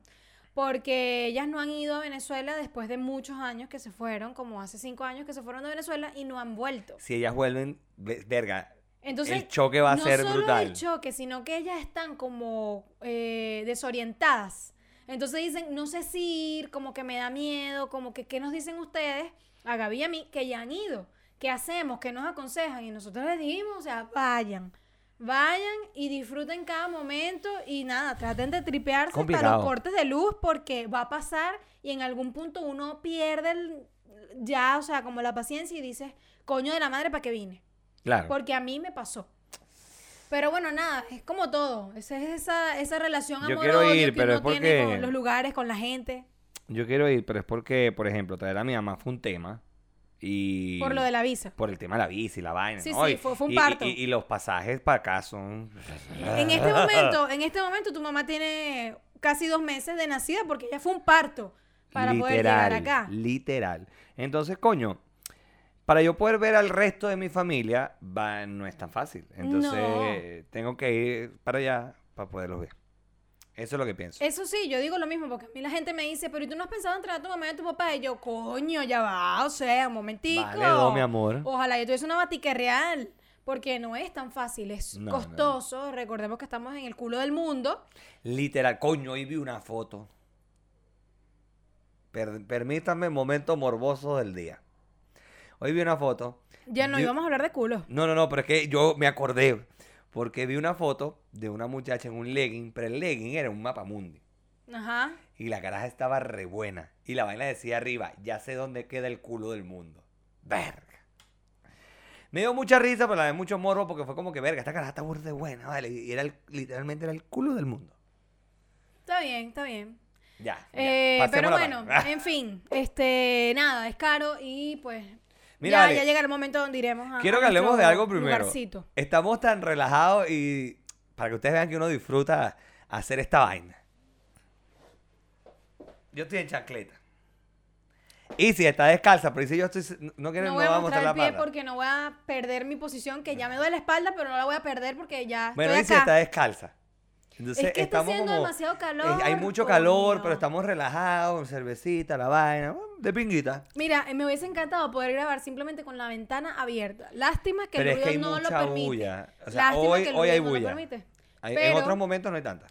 Speaker 2: porque ellas no han ido a Venezuela después de muchos años que se fueron, como hace cinco años que se fueron de Venezuela y no han vuelto.
Speaker 1: Si ellas vuelven, ve- verga.
Speaker 2: Entonces,
Speaker 1: el choque va a
Speaker 2: no
Speaker 1: ser
Speaker 2: solo
Speaker 1: brutal.
Speaker 2: el choque, sino que ellas están como eh, desorientadas. Entonces dicen, no sé si ir, como que me da miedo, como que, ¿qué nos dicen ustedes? A Gaby y a mí, que ya han ido. ¿Qué hacemos? ¿Qué nos aconsejan? Y nosotros les dijimos, o sea, vayan. Vayan y disfruten cada momento y nada, traten de tripearse para
Speaker 1: Complicado.
Speaker 2: los cortes de luz porque va a pasar y en algún punto uno pierde el- ya, o sea, como la paciencia y dices, coño de la madre, ¿para qué vine?
Speaker 1: Claro.
Speaker 2: Porque a mí me pasó. Pero bueno, nada, es como todo. Esa es esa, esa relación
Speaker 1: Yo
Speaker 2: amorosa
Speaker 1: quiero ir, pero es porque-
Speaker 2: con los lugares, con la gente,
Speaker 1: Yo quiero ir, pero es porque, por ejemplo, traer a mi mamá fue un tema. Y...
Speaker 2: por lo de la visa.
Speaker 1: Por el tema de la bici, la vaina.
Speaker 2: Sí,
Speaker 1: ¿no?
Speaker 2: sí,
Speaker 1: Y-
Speaker 2: fue- fue un
Speaker 1: y-
Speaker 2: parto.
Speaker 1: Y, y los pasajes para acá son... Ah. [LAUGHS]
Speaker 2: En este momento, en este momento tu mamá tiene casi dos meses de nacida porque ella fue un parto para poder llegar acá.
Speaker 1: Literal. Entonces, coño, para yo poder ver al resto de mi familia, va, no es tan fácil. Entonces,
Speaker 2: No.
Speaker 1: tengo que ir para allá para poderlos ver. Eso es lo que pienso.
Speaker 2: Eso sí, yo digo lo mismo porque a mí la gente me dice, pero ¿y tú no has pensado en traer a tu mamá y a tu papá? Y yo, coño, ya va, o sea, un momentico.
Speaker 1: Vale, do, mi amor.
Speaker 2: Ojalá yo tuviese una batique real. Porque no es tan fácil, es
Speaker 1: No, no, no.
Speaker 2: costoso. Recordemos que estamos en el culo del mundo.
Speaker 1: Literal, coño, hoy vi una foto. Per- permítanme el momento morboso del día. Hoy vi una foto.
Speaker 2: Ya no
Speaker 1: Yo-
Speaker 2: íbamos a hablar de culo.
Speaker 1: No, no, no, pero es que yo me acordé. Porque vi una foto de una muchacha en un legging, pero el legging era un mapamundi.
Speaker 2: Ajá.
Speaker 1: Y la garaja estaba re buena. Y la vaina decía arriba, ya sé dónde queda el culo del mundo. Verga. Me dio mucha risa, pero la de mucho morbo porque fue como que, verga, esta garaja está burda de buena, vale. Y era el- literalmente era el culo del mundo.
Speaker 2: Está bien, está bien.
Speaker 1: Ya. ya,
Speaker 2: Eh,
Speaker 1: pasemos
Speaker 2: pero
Speaker 1: la
Speaker 2: bueno,
Speaker 1: vaina. [LAUGHS]
Speaker 2: en fin, este, nada, es caro y pues
Speaker 1: Mira,
Speaker 2: ya,
Speaker 1: Ale,
Speaker 2: ya llegará el momento donde iremos a
Speaker 1: Quiero
Speaker 2: a
Speaker 1: que hablemos de
Speaker 2: nuestro
Speaker 1: algo primero.
Speaker 2: lugarcito.
Speaker 1: Estamos tan relajados y para que ustedes vean que uno disfruta hacer esta vaina. Yo estoy en chancleta. Y si está descalza, pero dice yo estoy. No quiero,
Speaker 2: No
Speaker 1: no,
Speaker 2: voy a
Speaker 1: vamos a
Speaker 2: mostrar
Speaker 1: mostrar la
Speaker 2: el pie
Speaker 1: pata.
Speaker 2: porque no voy a perder mi posición, que ya me duele la espalda, pero no la voy a perder porque ya
Speaker 1: Bueno, y si
Speaker 2: estoy acá.
Speaker 1: está descalza. Entonces,
Speaker 2: Es que está
Speaker 1: estamos
Speaker 2: haciendo
Speaker 1: como-
Speaker 2: demasiado
Speaker 1: eh,
Speaker 2: calor,
Speaker 1: hay mucho calor,
Speaker 2: coño.
Speaker 1: pero estamos relajados, con cervecita, la vaina, mm, de pinguita.
Speaker 2: Mira, eh, me hubiese encantado poder grabar simplemente con la ventana abierta. Lástima que
Speaker 1: Pero
Speaker 2: el
Speaker 1: es que
Speaker 2: ruido
Speaker 1: hay
Speaker 2: no
Speaker 1: mucha
Speaker 2: lo permite.
Speaker 1: bulla. O sea,
Speaker 2: Lástima
Speaker 1: hoy-
Speaker 2: que el
Speaker 1: hoy hay
Speaker 2: ruido no lo
Speaker 1: bulla.
Speaker 2: permite.
Speaker 1: Hay-
Speaker 2: Pero
Speaker 1: En otros momentos no hay tanta.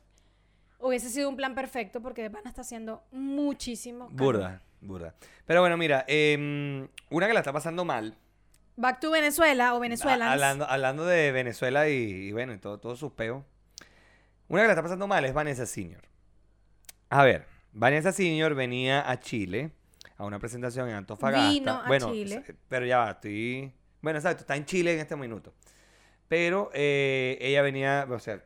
Speaker 2: hubiese sido un plan perfecto porque de pana está haciendo muchísimo calor.
Speaker 1: Burda, burda. Pero bueno, mira, em, una que la está pasando mal.
Speaker 2: Back to Venezuela o Venezuela.
Speaker 1: A- Hablando, hablando de Venezuela y, y bueno, y todo, todo sus peos. Una que la está pasando mal es Vanessa Senior. A ver, Vanessa Senior venía a Chile a una presentación en Antofagasta.
Speaker 2: Vino a
Speaker 1: bueno,
Speaker 2: Chile.
Speaker 1: s- pero ya va, estoy. Bueno, exacto, está en Chile en este minuto. Pero eh, ella venía, o sea,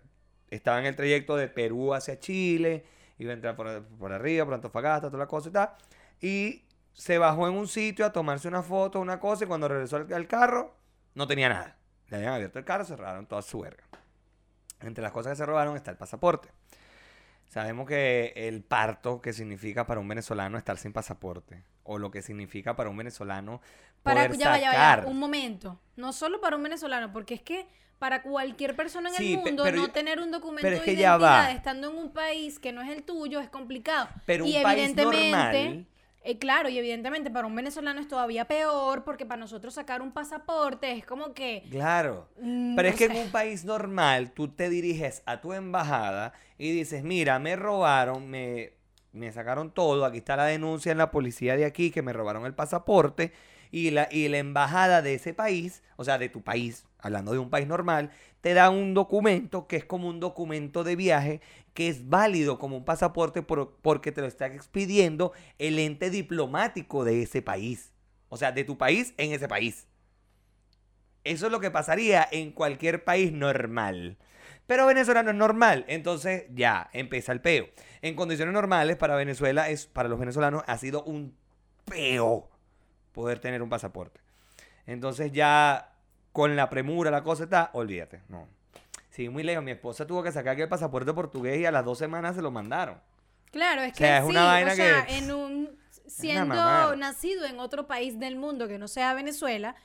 Speaker 1: estaba en el trayecto de Perú hacia Chile, iba a entrar por, por arriba, por Antofagasta, toda la cosa y tal. Y se bajó en un sitio a tomarse una foto, una cosa, y cuando regresó al, al carro, no tenía nada. Le habían abierto el carro, cerraron toda su verga. Entre las cosas que se robaron está el pasaporte. Sabemos que el parto que significa para un venezolano estar sin pasaporte, o lo que significa para un venezolano
Speaker 2: Para
Speaker 1: poder
Speaker 2: ya vaya,
Speaker 1: sacar.
Speaker 2: un momento. No solo para un venezolano, porque es que para cualquier persona en
Speaker 1: Sí,
Speaker 2: el
Speaker 1: pe-
Speaker 2: mundo
Speaker 1: pero
Speaker 2: no
Speaker 1: yo-
Speaker 2: tener un documento
Speaker 1: pero es que
Speaker 2: de
Speaker 1: ya va.
Speaker 2: identidad estando en un país que no es el tuyo es complicado.
Speaker 1: Pero
Speaker 2: y
Speaker 1: un país normal-
Speaker 2: eh, claro, y evidentemente para un venezolano es todavía peor porque para nosotros sacar un pasaporte es como que
Speaker 1: Claro.
Speaker 2: Mm,
Speaker 1: Pero
Speaker 2: no
Speaker 1: es que
Speaker 2: sé.
Speaker 1: en un país normal tú te diriges a tu embajada y dices, mira, me robaron, me, me sacaron todo, aquí está la denuncia en la policía de aquí que me robaron el pasaporte y la, y la embajada de ese país, o sea, de tu país, hablando de un país normal, te da un documento que es como un documento de viaje que es válido como un pasaporte por- porque te lo está expidiendo el ente diplomático de ese país. O sea, de tu país en ese país. Eso es lo que pasaría en cualquier país normal. Pero Venezuela no es normal, entonces ya empieza el peo. En condiciones normales para Venezuela es para los venezolanos ha sido un peo poder tener un pasaporte. Entonces ya con la premura la cosa está, olvídate, no. Sí, muy lejos, mi esposa tuvo que sacar que el pasaporte portugués y a las dos semanas se lo mandaron.
Speaker 2: Claro, es que
Speaker 1: sea, es
Speaker 2: sí,
Speaker 1: una vaina
Speaker 2: o sea,
Speaker 1: que-
Speaker 2: en un siendo
Speaker 1: mamada.
Speaker 2: nacido en otro país del mundo que no sea Venezuela,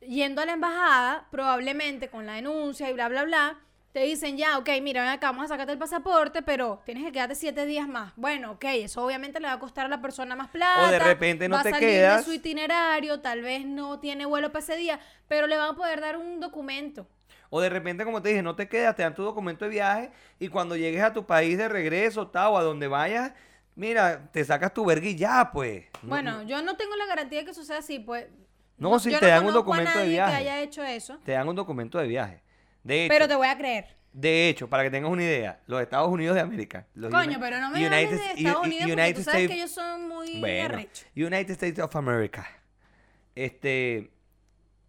Speaker 2: yendo a la embajada, probablemente con la denuncia y bla bla bla, te dicen ya, ok, mira, ven acá, vamos a sacarte el pasaporte, pero tienes que quedarte siete días más. Bueno, ok, eso obviamente le va a costar a la persona más plata.
Speaker 1: O de repente no
Speaker 2: va a
Speaker 1: te
Speaker 2: salir
Speaker 1: quedas.
Speaker 2: De su itinerario, tal vez no tiene vuelo para ese día, pero le van a poder dar un documento.
Speaker 1: O de repente, como te dije, no te quedas, te dan tu documento de viaje y cuando llegues a tu país de regreso, tal, o a donde vayas, mira, te sacas tu verga y ya, pues. No-
Speaker 2: Bueno, yo no tengo la garantía de que eso sea así, pues.
Speaker 1: No, si
Speaker 2: yo
Speaker 1: te dan un
Speaker 2: conozco a
Speaker 1: documento de
Speaker 2: nadie
Speaker 1: viaje.
Speaker 2: que haya hecho eso.
Speaker 1: te dan un documento de viaje. De hecho,
Speaker 2: Pero te voy a creer.
Speaker 1: de hecho, para que tengas una idea, los Estados Unidos de América. los
Speaker 2: Coño,
Speaker 1: Uni-
Speaker 2: pero no me hables de
Speaker 1: States-
Speaker 2: Estados
Speaker 1: U-
Speaker 2: Unidos porque
Speaker 1: United
Speaker 2: tú sabes que
Speaker 1: States-
Speaker 2: ellos son muy
Speaker 1: bueno,
Speaker 2: arrechos.
Speaker 1: United States of America. Este.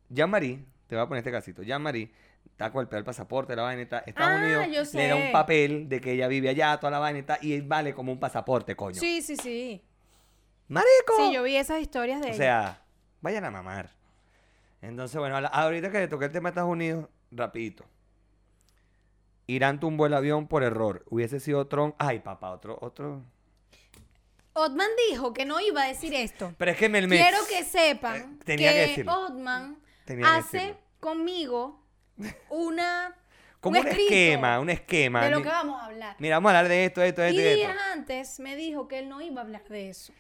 Speaker 1: Jean-Marie, te voy a poner este casito. Jean-Marie está con el peor pasaporte, la vaina y tal. Estados
Speaker 2: Ah, yo
Speaker 1: Unidos le da
Speaker 2: sé.
Speaker 1: un papel de que ella vive allá, toda la vaina y tal, y él vale como un pasaporte, coño.
Speaker 2: Sí, sí, sí.
Speaker 1: ¡Marico!
Speaker 2: Sí, yo vi esas historias de
Speaker 1: O
Speaker 2: ellos.
Speaker 1: sea, vayan a mamar. Entonces, bueno, a la- ahorita que le toqué el tema de Estados Unidos, rapidito. Irán tumbó el avión por error. Hubiese sido Trump. Ay, papá, otro, otro.
Speaker 2: Otman dijo que no iba a decir esto.
Speaker 1: Pero es que me, me-
Speaker 2: Quiero que sepan
Speaker 1: Eh, tenía que
Speaker 2: que,
Speaker 1: decirlo.
Speaker 2: Otman
Speaker 1: Tenía que
Speaker 2: hace
Speaker 1: decirlo.
Speaker 2: conmigo
Speaker 1: [LAUGHS]
Speaker 2: una
Speaker 1: Como un,
Speaker 2: escrito
Speaker 1: esquema, un esquema.
Speaker 2: de lo
Speaker 1: Ni-
Speaker 2: que vamos a hablar.
Speaker 1: Mira, vamos a hablar de esto, de esto, de
Speaker 2: Y
Speaker 1: esto. y de esto.
Speaker 2: días antes me dijo que él no iba a hablar de eso.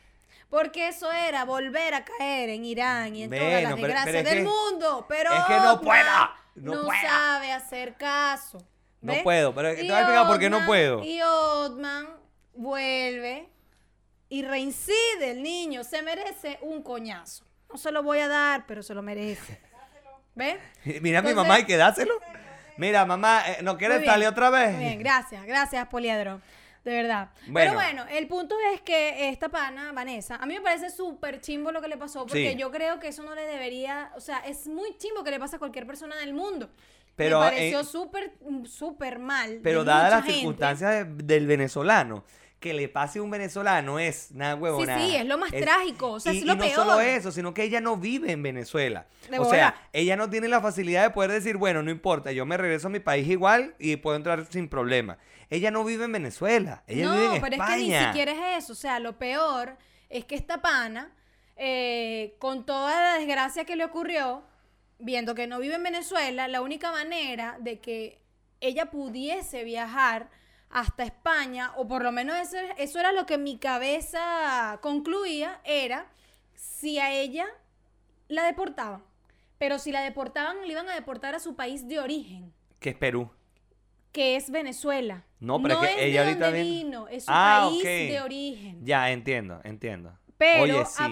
Speaker 2: Porque eso era volver a caer en Irán y en todas
Speaker 1: Bueno,
Speaker 2: las
Speaker 1: pero-
Speaker 2: desgracias
Speaker 1: pero es
Speaker 2: del
Speaker 1: que-
Speaker 2: mundo. Pero
Speaker 1: es que no
Speaker 2: Otman
Speaker 1: pueda, no pueda.
Speaker 2: sabe hacer caso.
Speaker 1: No
Speaker 2: ¿ves?
Speaker 1: puedo, pero es que
Speaker 2: Y
Speaker 1: te voy a explicar por qué no
Speaker 2: Otman-
Speaker 1: puedo.
Speaker 2: Y Otman vuelve y reincide el niño. Se merece un coñazo. No se lo voy a dar, pero se lo merece. ¿Ves?
Speaker 1: [LAUGHS] Mira a mi mamá y
Speaker 2: Entonces- [LAUGHS]
Speaker 1: quedáselo. Mira, mamá, eh, ¿no
Speaker 2: Muy
Speaker 1: quieres
Speaker 2: bien,
Speaker 1: salir otra vez?
Speaker 2: muy bien, gracias, gracias, Poliedro. De verdad.
Speaker 1: Bueno.
Speaker 2: Pero bueno, el punto es que esta pana, Vanessa, a mí me parece súper chimbo lo que le pasó, porque
Speaker 1: Sí.
Speaker 2: yo creo que eso no le debería, o sea, es muy chimbo que le pasa a cualquier persona del mundo.
Speaker 1: Pero,
Speaker 2: me pareció
Speaker 1: eh,
Speaker 2: súper, súper mal. de
Speaker 1: Pero dadas
Speaker 2: mucha
Speaker 1: las
Speaker 2: gente.
Speaker 1: circunstancias de- del venezolano, que le pase a un venezolano es nada huevo
Speaker 2: Sí, sí, es lo más trágico, o sea,
Speaker 1: y,
Speaker 2: es lo
Speaker 1: y no
Speaker 2: peor.
Speaker 1: solo eso, sino que ella no vive en Venezuela.
Speaker 2: De
Speaker 1: o
Speaker 2: bola.
Speaker 1: sea, ella no tiene la facilidad de poder decir, bueno, no importa, yo me regreso a mi país igual y puedo entrar sin problema. Ella no vive en Venezuela, ella
Speaker 2: no,
Speaker 1: vive en
Speaker 2: pero
Speaker 1: España.
Speaker 2: es que ni siquiera es eso. O sea, lo peor es que esta pana, eh, con toda la desgracia que le ocurrió, viendo que no vive en Venezuela, la única manera de que ella pudiese viajar hasta España, o por lo menos eso, eso era lo que mi cabeza concluía, era si a ella la deportaban. Pero si la deportaban, la iban a deportar a su país de origen
Speaker 1: Que es Perú.
Speaker 2: que es Venezuela.
Speaker 1: No, pero es que
Speaker 2: de
Speaker 1: ella ahorita
Speaker 2: donde
Speaker 1: viene-
Speaker 2: vino, es su
Speaker 1: Ah,
Speaker 2: país
Speaker 1: ok.
Speaker 2: de origen.
Speaker 1: Ya, entiendo, entiendo.
Speaker 2: Pero
Speaker 1: Oye, sí.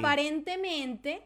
Speaker 2: aparentemente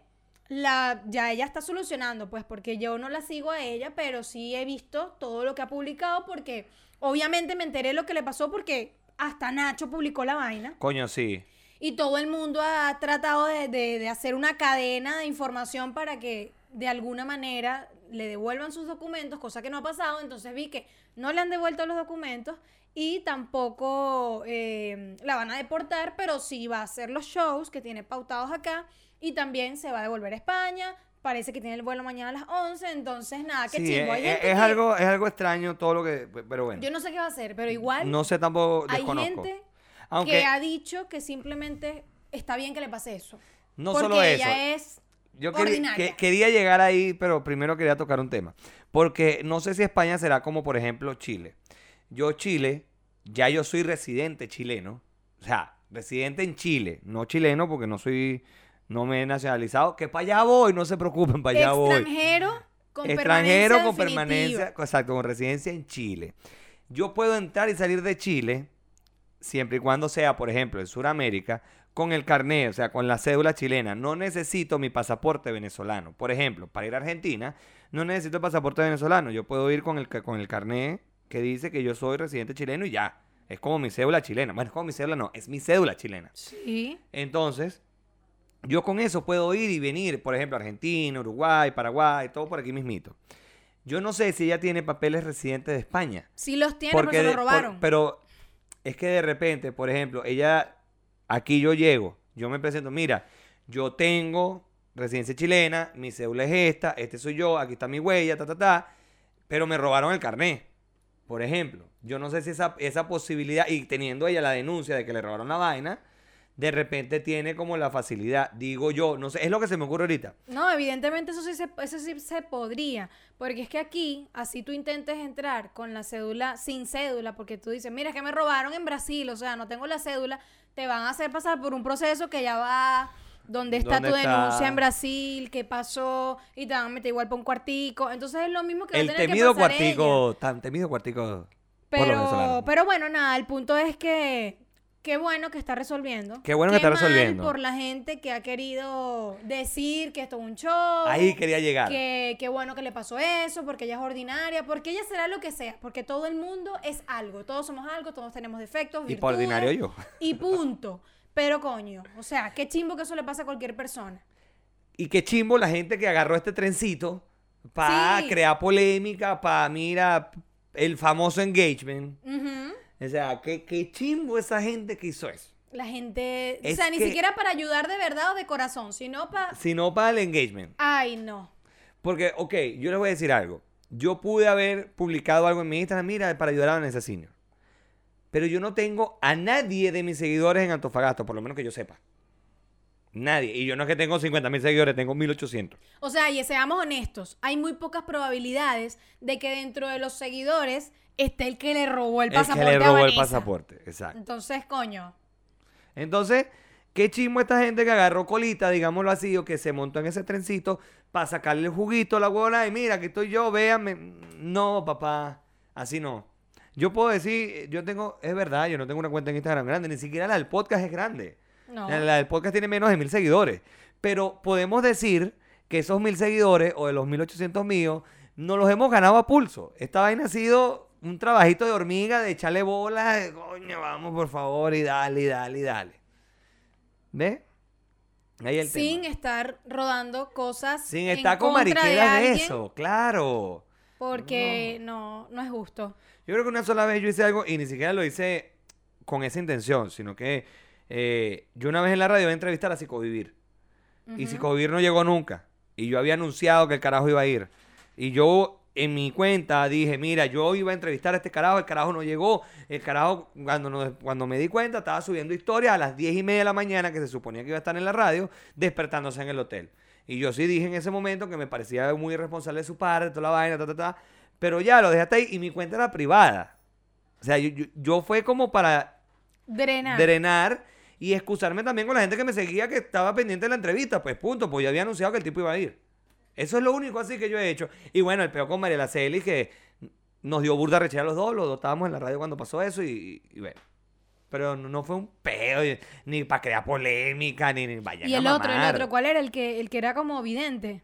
Speaker 2: la ya ella está solucionando, pues porque yo no la sigo a ella, pero sí he visto todo lo que ha publicado porque obviamente me enteré lo que le pasó porque hasta Nacho publicó la vaina
Speaker 1: Coño, sí.
Speaker 2: y todo el mundo ha tratado de, de- de hacer una cadena de información para que de alguna manera le devuelvan sus documentos, cosa que no ha pasado. Entonces vi que no le han devuelto los documentos y tampoco eh, la van a deportar, pero sí va a hacer los shows que tiene pautados acá y también se va a devolver a España. Parece que tiene el vuelo mañana a las 11, entonces nada, qué
Speaker 1: Sí,
Speaker 2: chingo.
Speaker 1: es,
Speaker 2: Hay
Speaker 1: es-
Speaker 2: gente
Speaker 1: es
Speaker 2: que-
Speaker 1: algo, es algo extraño todo lo que... Pero bueno,
Speaker 2: Yo no sé qué va a hacer, pero igual
Speaker 1: no sé tampoco,
Speaker 2: hay
Speaker 1: desconozco.
Speaker 2: gente
Speaker 1: Aunque
Speaker 2: que ha dicho que simplemente está bien que le pase eso.
Speaker 1: no
Speaker 2: porque
Speaker 1: solo eso.
Speaker 2: ella es
Speaker 1: Yo queri-
Speaker 2: ordinaria.
Speaker 1: que- quería llegar ahí, pero primero quería tocar un tema. Porque no sé si España será como, por ejemplo, Chile. Yo, Chile, ya yo soy residente chileno. O sea, residente en Chile, no chileno, porque no soy, no me he nacionalizado. Que para allá voy, no se preocupen, para allá voy
Speaker 2: extranjero con
Speaker 1: extranjero
Speaker 2: permanencia
Speaker 1: con
Speaker 2: definitiva.
Speaker 1: permanencia, exacto, con residencia en Chile. Yo puedo entrar y salir de Chile siempre y cuando sea, por ejemplo, en Sudamérica, con el carnet, o sea, con la cédula chilena. No necesito mi pasaporte venezolano. Por ejemplo, para ir a Argentina, no necesito el pasaporte venezolano. Yo puedo ir con el, ca- con el carnet que dice que yo soy residente chileno y ya. Es como mi cédula chilena. Bueno, es como mi cédula, no, es mi cédula chilena.
Speaker 2: Sí.
Speaker 1: Entonces, yo con eso puedo ir y venir, por ejemplo, Argentina, Uruguay, Paraguay, todo por aquí mismito. Yo no sé si ella tiene papeles residentes de España.
Speaker 2: Sí los tiene, pero se
Speaker 1: de-
Speaker 2: los
Speaker 1: por-
Speaker 2: robaron.
Speaker 1: pero es que de repente, por ejemplo, ella, aquí yo llego, yo me presento, mira, yo tengo residencia chilena, mi cédula es esta, este soy yo, aquí está mi huella, ta, ta, ta, pero me robaron el carné. Por ejemplo, yo no sé si esa, esa posibilidad, y teniendo ella la denuncia de que le robaron la vaina, de repente tiene como la facilidad, digo yo, no sé, es lo que se me ocurre ahorita.
Speaker 2: No, evidentemente eso sí, se, eso sí se podría, porque es que aquí, así tú intentes entrar con la cédula, sin cédula, porque tú dices, mira, es que me robaron en Brasil, o sea, no tengo la cédula, te van a hacer pasar por un proceso que ya va, ¿dónde está
Speaker 1: ¿Dónde
Speaker 2: tu
Speaker 1: está?
Speaker 2: denuncia en Brasil? ¿Qué pasó? Y te van a meter igual por un cuartico, entonces es lo mismo que va a
Speaker 1: El
Speaker 2: tener que
Speaker 1: temido
Speaker 2: pasar ella.
Speaker 1: cuartico, tan temido cuartico. por los
Speaker 2: Pero,
Speaker 1: venezolanos.
Speaker 2: pero bueno, nada, el punto es que Qué bueno que está resolviendo.
Speaker 1: Qué bueno que está
Speaker 2: mal
Speaker 1: resolviendo.
Speaker 2: por la gente que ha querido decir que esto es un show.
Speaker 1: Ahí quería llegar.
Speaker 2: Que qué bueno que le pasó eso, porque ella es ordinaria, porque ella será lo que sea, porque todo el mundo es algo, todos somos algo, todos tenemos defectos,
Speaker 1: Y por
Speaker 2: virtudes,
Speaker 1: ordinario yo. [LAUGHS]
Speaker 2: Y punto. Pero coño, o sea, qué chimbo que eso le pasa a cualquier persona.
Speaker 1: Y qué chimbo la gente que agarró este trencito para
Speaker 2: Sí.
Speaker 1: crear polémica, para, mira, el famoso engagement.
Speaker 2: Ujú.
Speaker 1: O sea, qué, qué chimbo esa gente que hizo eso.
Speaker 2: La gente,
Speaker 1: Es
Speaker 2: o sea, ni
Speaker 1: que-
Speaker 2: siquiera para ayudar de verdad o de corazón, sino para
Speaker 1: Sino para el engagement.
Speaker 2: ay, no.
Speaker 1: Porque, ok, yo les voy a decir algo. Yo pude haber publicado algo en mi Instagram, mira, para ayudar a Vanessa Senior. Pero yo no tengo a nadie de mis seguidores en Antofagasta, por lo menos que yo sepa. Nadie. Y yo no es que tengo 50 mil seguidores, tengo 1800.
Speaker 2: O sea, y seamos honestos, hay muy pocas probabilidades de que dentro de los seguidores esté el que le robó el
Speaker 1: El que
Speaker 2: pasaporte.
Speaker 1: le
Speaker 2: a
Speaker 1: robó el
Speaker 2: Vanessa.
Speaker 1: pasaporte. Exacto.
Speaker 2: Entonces, coño.
Speaker 1: Entonces, qué chismo esta gente que agarró colita, digámoslo así, o que se montó en ese trencito para sacarle el juguito a la huevona y mira, aquí estoy yo, véanme. No, papá, así no. Yo puedo decir, yo tengo, es verdad, yo no tengo una cuenta en Instagram grande, ni siquiera la del podcast es grande.
Speaker 2: No.
Speaker 1: La, la del podcast tiene menos de mil seguidores. Pero podemos decir que esos mil seguidores o de los 1800 míos, nos los hemos ganado a pulso. Esta vaina ha sido un trabajito de hormiga, de echarle bolas, de coño, vamos por favor y dale, y dale, y dale. ¿Ves? Ahí el
Speaker 2: Sin
Speaker 1: tema.
Speaker 2: estar rodando cosas.
Speaker 1: Sin
Speaker 2: en
Speaker 1: estar con
Speaker 2: contra de
Speaker 1: mariqueras de
Speaker 2: alguien,
Speaker 1: eso, claro.
Speaker 2: Porque no. no, es justo.
Speaker 1: Yo creo que una sola vez yo hice algo y ni siquiera lo hice con esa intención, sino que eh, yo una vez en la radio iba a entrevistar a Psicovivir. Y
Speaker 2: Ujú.
Speaker 1: Psicovivir no llegó nunca. Y yo había anunciado que el carajo iba a ir. Y yo en mi cuenta dije, mira, yo iba a entrevistar a este carajo, el carajo no llegó. El carajo, cuando, nos- cuando me di cuenta, estaba subiendo historias a las 10 y media de la mañana, que se suponía que iba a estar en la radio, despertándose en el hotel. Y yo sí dije en ese momento que me parecía muy irresponsable de su parte, toda la vaina, ta, ta, ta. Pero ya, lo dejaste ahí y mi cuenta era privada. O sea, yo- yo- yo fue como para
Speaker 2: Drenar.
Speaker 1: drenar y excusarme también con la gente que me seguía que estaba pendiente de la entrevista. Pues punto, pues ya había anunciado que el tipo iba a ir. Eso es lo único así que yo he hecho. Y bueno, el peor con Mariela Celis que nos dio burda rechera a los dos, los dos estábamos en la radio cuando pasó eso y, y bueno. Pero no no fue un peo, y- ni para crear polémica, ni, ni vayan
Speaker 2: y
Speaker 1: a
Speaker 2: el otro, el
Speaker 1: mamar.
Speaker 2: otro, ¿cuál era? El que, el que era como vidente.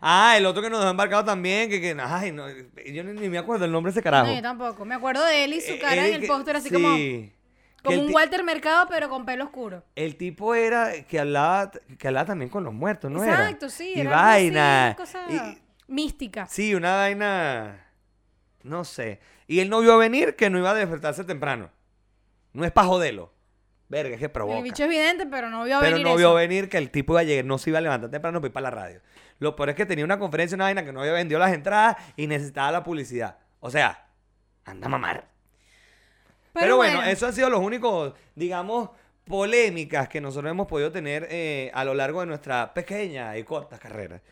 Speaker 1: Ah, el otro que nos ha embarcado también, que, que ay, no, yo ni, ni me acuerdo el nombre de ese carajo.
Speaker 2: No, yo tampoco. Me acuerdo de él y su
Speaker 1: Eh,
Speaker 2: cara
Speaker 1: él
Speaker 2: en el
Speaker 1: que-
Speaker 2: póster, así
Speaker 1: sí,
Speaker 2: como,
Speaker 1: que
Speaker 2: como
Speaker 1: el
Speaker 2: un
Speaker 1: ti-
Speaker 2: Walter Mercado, pero con pelo oscuro.
Speaker 1: El tipo era que hablaba, que hablaba también con los muertos, ¿no era?
Speaker 2: Exacto, sí.
Speaker 1: Y
Speaker 2: era algo así,
Speaker 1: vaina.
Speaker 2: una cosa
Speaker 1: y-
Speaker 2: mística.
Speaker 1: sí, una vaina. No sé. Y él no vio venir que no iba a despertarse temprano. No es pa' joderlo. Verga, es que provoca.
Speaker 2: El bicho es evidente, pero no vio
Speaker 1: Pero
Speaker 2: venir
Speaker 1: no
Speaker 2: eso.
Speaker 1: vio venir que el tipo iba a llegar, no se iba a levantar temprano para ir para la radio. Lo peor es que tenía una conferencia, una vaina que no había vendido las entradas y necesitaba la publicidad. O sea, anda a mamar. Pero, bueno, eso han sido los únicos, digamos, polémicas que nosotros hemos podido tener eh, a lo largo de nuestra pequeña y corta carrera.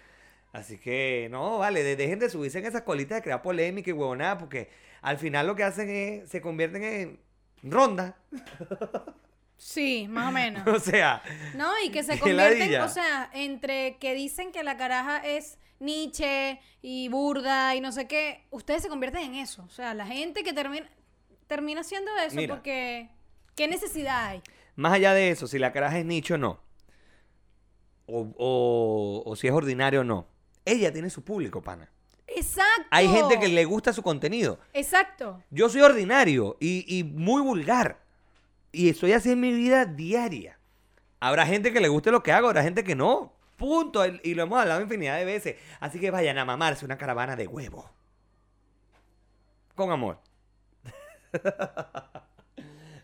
Speaker 1: Así que, no, vale, de- dejen de subirse en esas colitas de crear polémica y huevonada, porque al final lo que hacen es, se convierten en ronda. [LAUGHS]
Speaker 2: Sí, más o menos.
Speaker 1: o sea,
Speaker 2: No, y que
Speaker 1: [LAUGHS]
Speaker 2: se
Speaker 1: Qué
Speaker 2: convierten,
Speaker 1: ladilla.
Speaker 2: o sea, entre que dicen que la caraja es Nietzsche y burda y no sé qué, ustedes se convierten en eso. O sea, la gente que termina, termina haciendo eso
Speaker 1: Mira.
Speaker 2: porque ¿qué necesidad hay?
Speaker 1: más allá de eso, si la caraja es nicho o no, o, o- o si es ordinario o no, ella tiene su público, pana.
Speaker 2: Exacto.
Speaker 1: Hay gente que le gusta su contenido.
Speaker 2: Exacto.
Speaker 1: Yo soy ordinario y, y muy vulgar. Y estoy así en mi vida diaria. Habrá gente que le guste lo que hago, habrá gente que no. Punto. El- Y lo hemos hablado infinidad de veces. Así que vayan a mamarse una caravana de huevo. Con amor. [LAUGHS]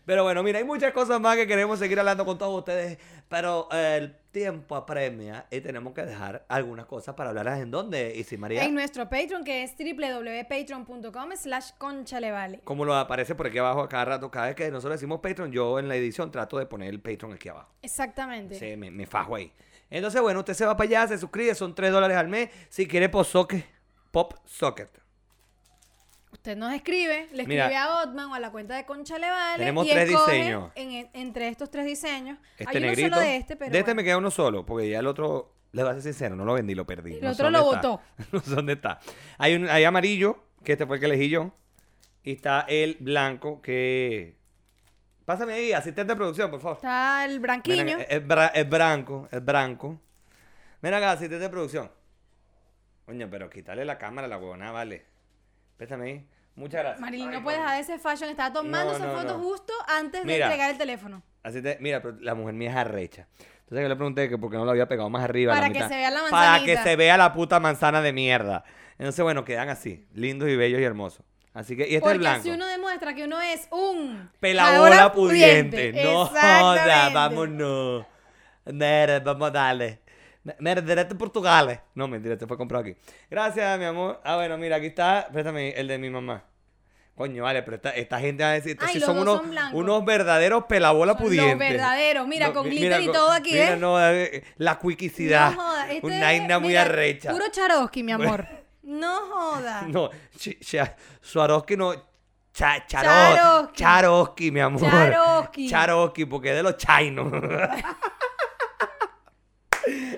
Speaker 1: Pero bueno, mira, hay muchas cosas más que queremos seguir hablando con todos ustedes. Pero eh, el tiempo apremia y tenemos que dejar algunas cosas para hablarlas en dónde, Isi María.
Speaker 2: En nuestro Patreon, que es www.patreon.com slash conchalevale.
Speaker 1: Como lo aparece por aquí abajo a cada rato, cada vez que nosotros decimos Patreon, yo en la edición trato de poner el Patreon aquí abajo.
Speaker 2: Exactamente.
Speaker 1: Sí, me, me fajo ahí. Entonces, bueno, usted se va para allá, se suscribe, son 3 dólares al mes. Si quiere pop socket, pop socket.
Speaker 2: Usted nos escribe, le escribe
Speaker 1: Mira.
Speaker 2: a Otman o a la cuenta de Concha Levale.
Speaker 1: Tenemos
Speaker 2: y
Speaker 1: tres
Speaker 2: escoge
Speaker 1: diseños.
Speaker 2: en- e, entre estos tres diseños.
Speaker 1: Este
Speaker 2: Hay uno
Speaker 1: negrito.
Speaker 2: solo de este, pero.
Speaker 1: este
Speaker 2: bueno.
Speaker 1: me queda uno solo, porque ya el otro, le voy a ser sincero, no lo vendí, lo perdí.
Speaker 2: El
Speaker 1: No sé
Speaker 2: otro
Speaker 1: dónde
Speaker 2: lo
Speaker 1: está. [LAUGHS]
Speaker 2: botó.
Speaker 1: no sé dónde está. Hay, un, hay amarillo, que este fue el que elegí yo. Y está el blanco, que Pásame ahí, asistente de producción, por favor.
Speaker 2: Está el
Speaker 1: Ven
Speaker 2: branquiño.
Speaker 1: acá, Es, bra- es branco, es branco. Ven acá, asistente de producción. Coño, pero quítale la cámara a la huevona, vale. Pésame ahí. Muchas gracias.
Speaker 2: Marilyn,
Speaker 1: Ay,
Speaker 2: no puedes
Speaker 1: coño.
Speaker 2: dejar ese fashion. Estaba tomando
Speaker 1: No,
Speaker 2: esa
Speaker 1: no,
Speaker 2: foto
Speaker 1: no.
Speaker 2: justo antes de
Speaker 1: Mira. este
Speaker 2: entregar el teléfono.
Speaker 1: Así te- mira, pero la mujer mía es arrecha. Entonces yo le pregunté que por qué no lo había pegado más arriba. a la
Speaker 2: Para que
Speaker 1: mitad.
Speaker 2: se vea la
Speaker 1: Para que
Speaker 2: manzanita.
Speaker 1: se vea la puta manzana de mierda. Entonces, bueno, quedan así, lindos y bellos y hermosos. Así que, y este es el
Speaker 2: Porque
Speaker 1: blanco.
Speaker 2: así uno demuestra que uno es un
Speaker 1: Pelabola
Speaker 2: jaladora
Speaker 1: pudiente. No joda,
Speaker 2: Exactamente.
Speaker 1: vámonos. Mira, vamos a darle. Mira, directo a Portugal. No, mentira, este fue comprado aquí. Gracias, mi amor. Ah, bueno, mira, aquí está. Préstame el de mi mamá. Coño, vale, pero esta, esta gente va a decir, estos
Speaker 2: Ay,
Speaker 1: sí
Speaker 2: los
Speaker 1: son
Speaker 2: dos
Speaker 1: unos,
Speaker 2: son blancos.
Speaker 1: unos verdaderos pelabola
Speaker 2: Son los
Speaker 1: pudientes.
Speaker 2: verdaderos. Mira, con
Speaker 1: mi-
Speaker 2: glitter y
Speaker 1: con-
Speaker 2: todo aquí,
Speaker 1: mira,
Speaker 2: ¿eh?
Speaker 1: no, eh, la cuiquicidad.
Speaker 2: No joda, este
Speaker 1: Una
Speaker 2: es,
Speaker 1: inda muy
Speaker 2: mira,
Speaker 1: arrecha.
Speaker 2: Puro Charosky,
Speaker 1: [LAUGHS]
Speaker 2: mi amor. No joda.
Speaker 1: No, Ch- Ch- Swarovski no. Cha- Charo-
Speaker 2: Charovsky.
Speaker 1: Charovsky, mi amor.
Speaker 2: Charovsky.
Speaker 1: Charovsky, porque es de los chinos. [LAUGHS]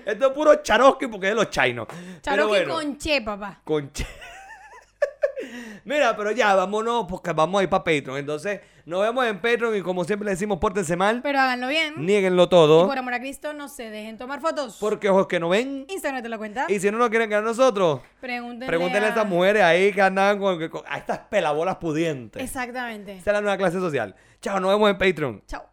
Speaker 1: Esto es puro Charovsky porque es de los chinos. Pero
Speaker 2: Charosky
Speaker 1: bueno,
Speaker 2: con che, papá.
Speaker 1: con ch- [LAUGHS] Mira, pero ya, vámonos, porque vamos a ir para Patreon. Entonces, nos vemos en Patreon y como siempre le decimos, pórtense mal,
Speaker 2: Pero háganlo bien.
Speaker 1: nieguenlo todo,
Speaker 2: Y por amor a Cristo, no se dejen tomar fotos.
Speaker 1: porque ojos que no ven.
Speaker 2: Instagram te lo cuenta.
Speaker 1: Y si no nos quieren ganar nosotros,
Speaker 2: Pregúntenle,
Speaker 1: pregúntenle a esas mujeres ahí que andan con, con- a estas pelabolas pudientes.
Speaker 2: Exactamente.
Speaker 1: Esa es la nueva clase social. Chao, nos vemos en Patreon.
Speaker 2: Chao.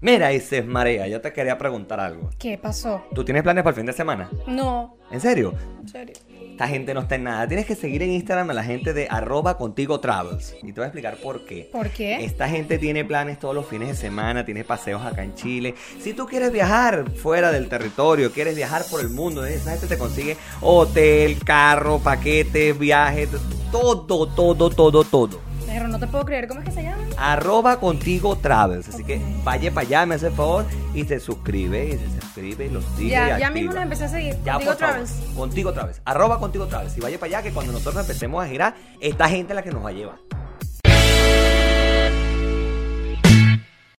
Speaker 1: Mira, dices Marea, yo te quería preguntar algo.
Speaker 2: ¿Qué pasó?
Speaker 1: ¿Tú tienes planes para el fin de semana?
Speaker 2: No,
Speaker 1: ¿En serio?
Speaker 2: en serio.
Speaker 1: Esta gente no está en nada. Tienes que seguir en Instagram a la gente de arroba contigo travels. Y te voy a explicar por qué.
Speaker 2: ¿Por qué?
Speaker 1: Esta gente tiene planes todos los fines de semana, tiene paseos acá en Chile. Si tú quieres viajar fuera del territorio, quieres viajar por el mundo, eh, esa gente te consigue hotel, carro, paquetes, viajes, todo, todo, todo, todo.
Speaker 2: Pero no te puedo creer. ¿Cómo es que se llama?
Speaker 1: arroba contigo travels. Así que
Speaker 2: Ok.
Speaker 1: vaya para allá, me hace el favor y se suscribe y se suscribe y los sigue y
Speaker 2: Ya, ya
Speaker 1: activa.
Speaker 2: mismo nos empecé a seguir.
Speaker 1: Ya,
Speaker 2: Contigo
Speaker 1: por favor,
Speaker 2: Travels.
Speaker 1: Contigo travels. Arroba contigo travels. Y vaya para allá que cuando nosotros empecemos a girar, esta gente es la que nos va a llevar.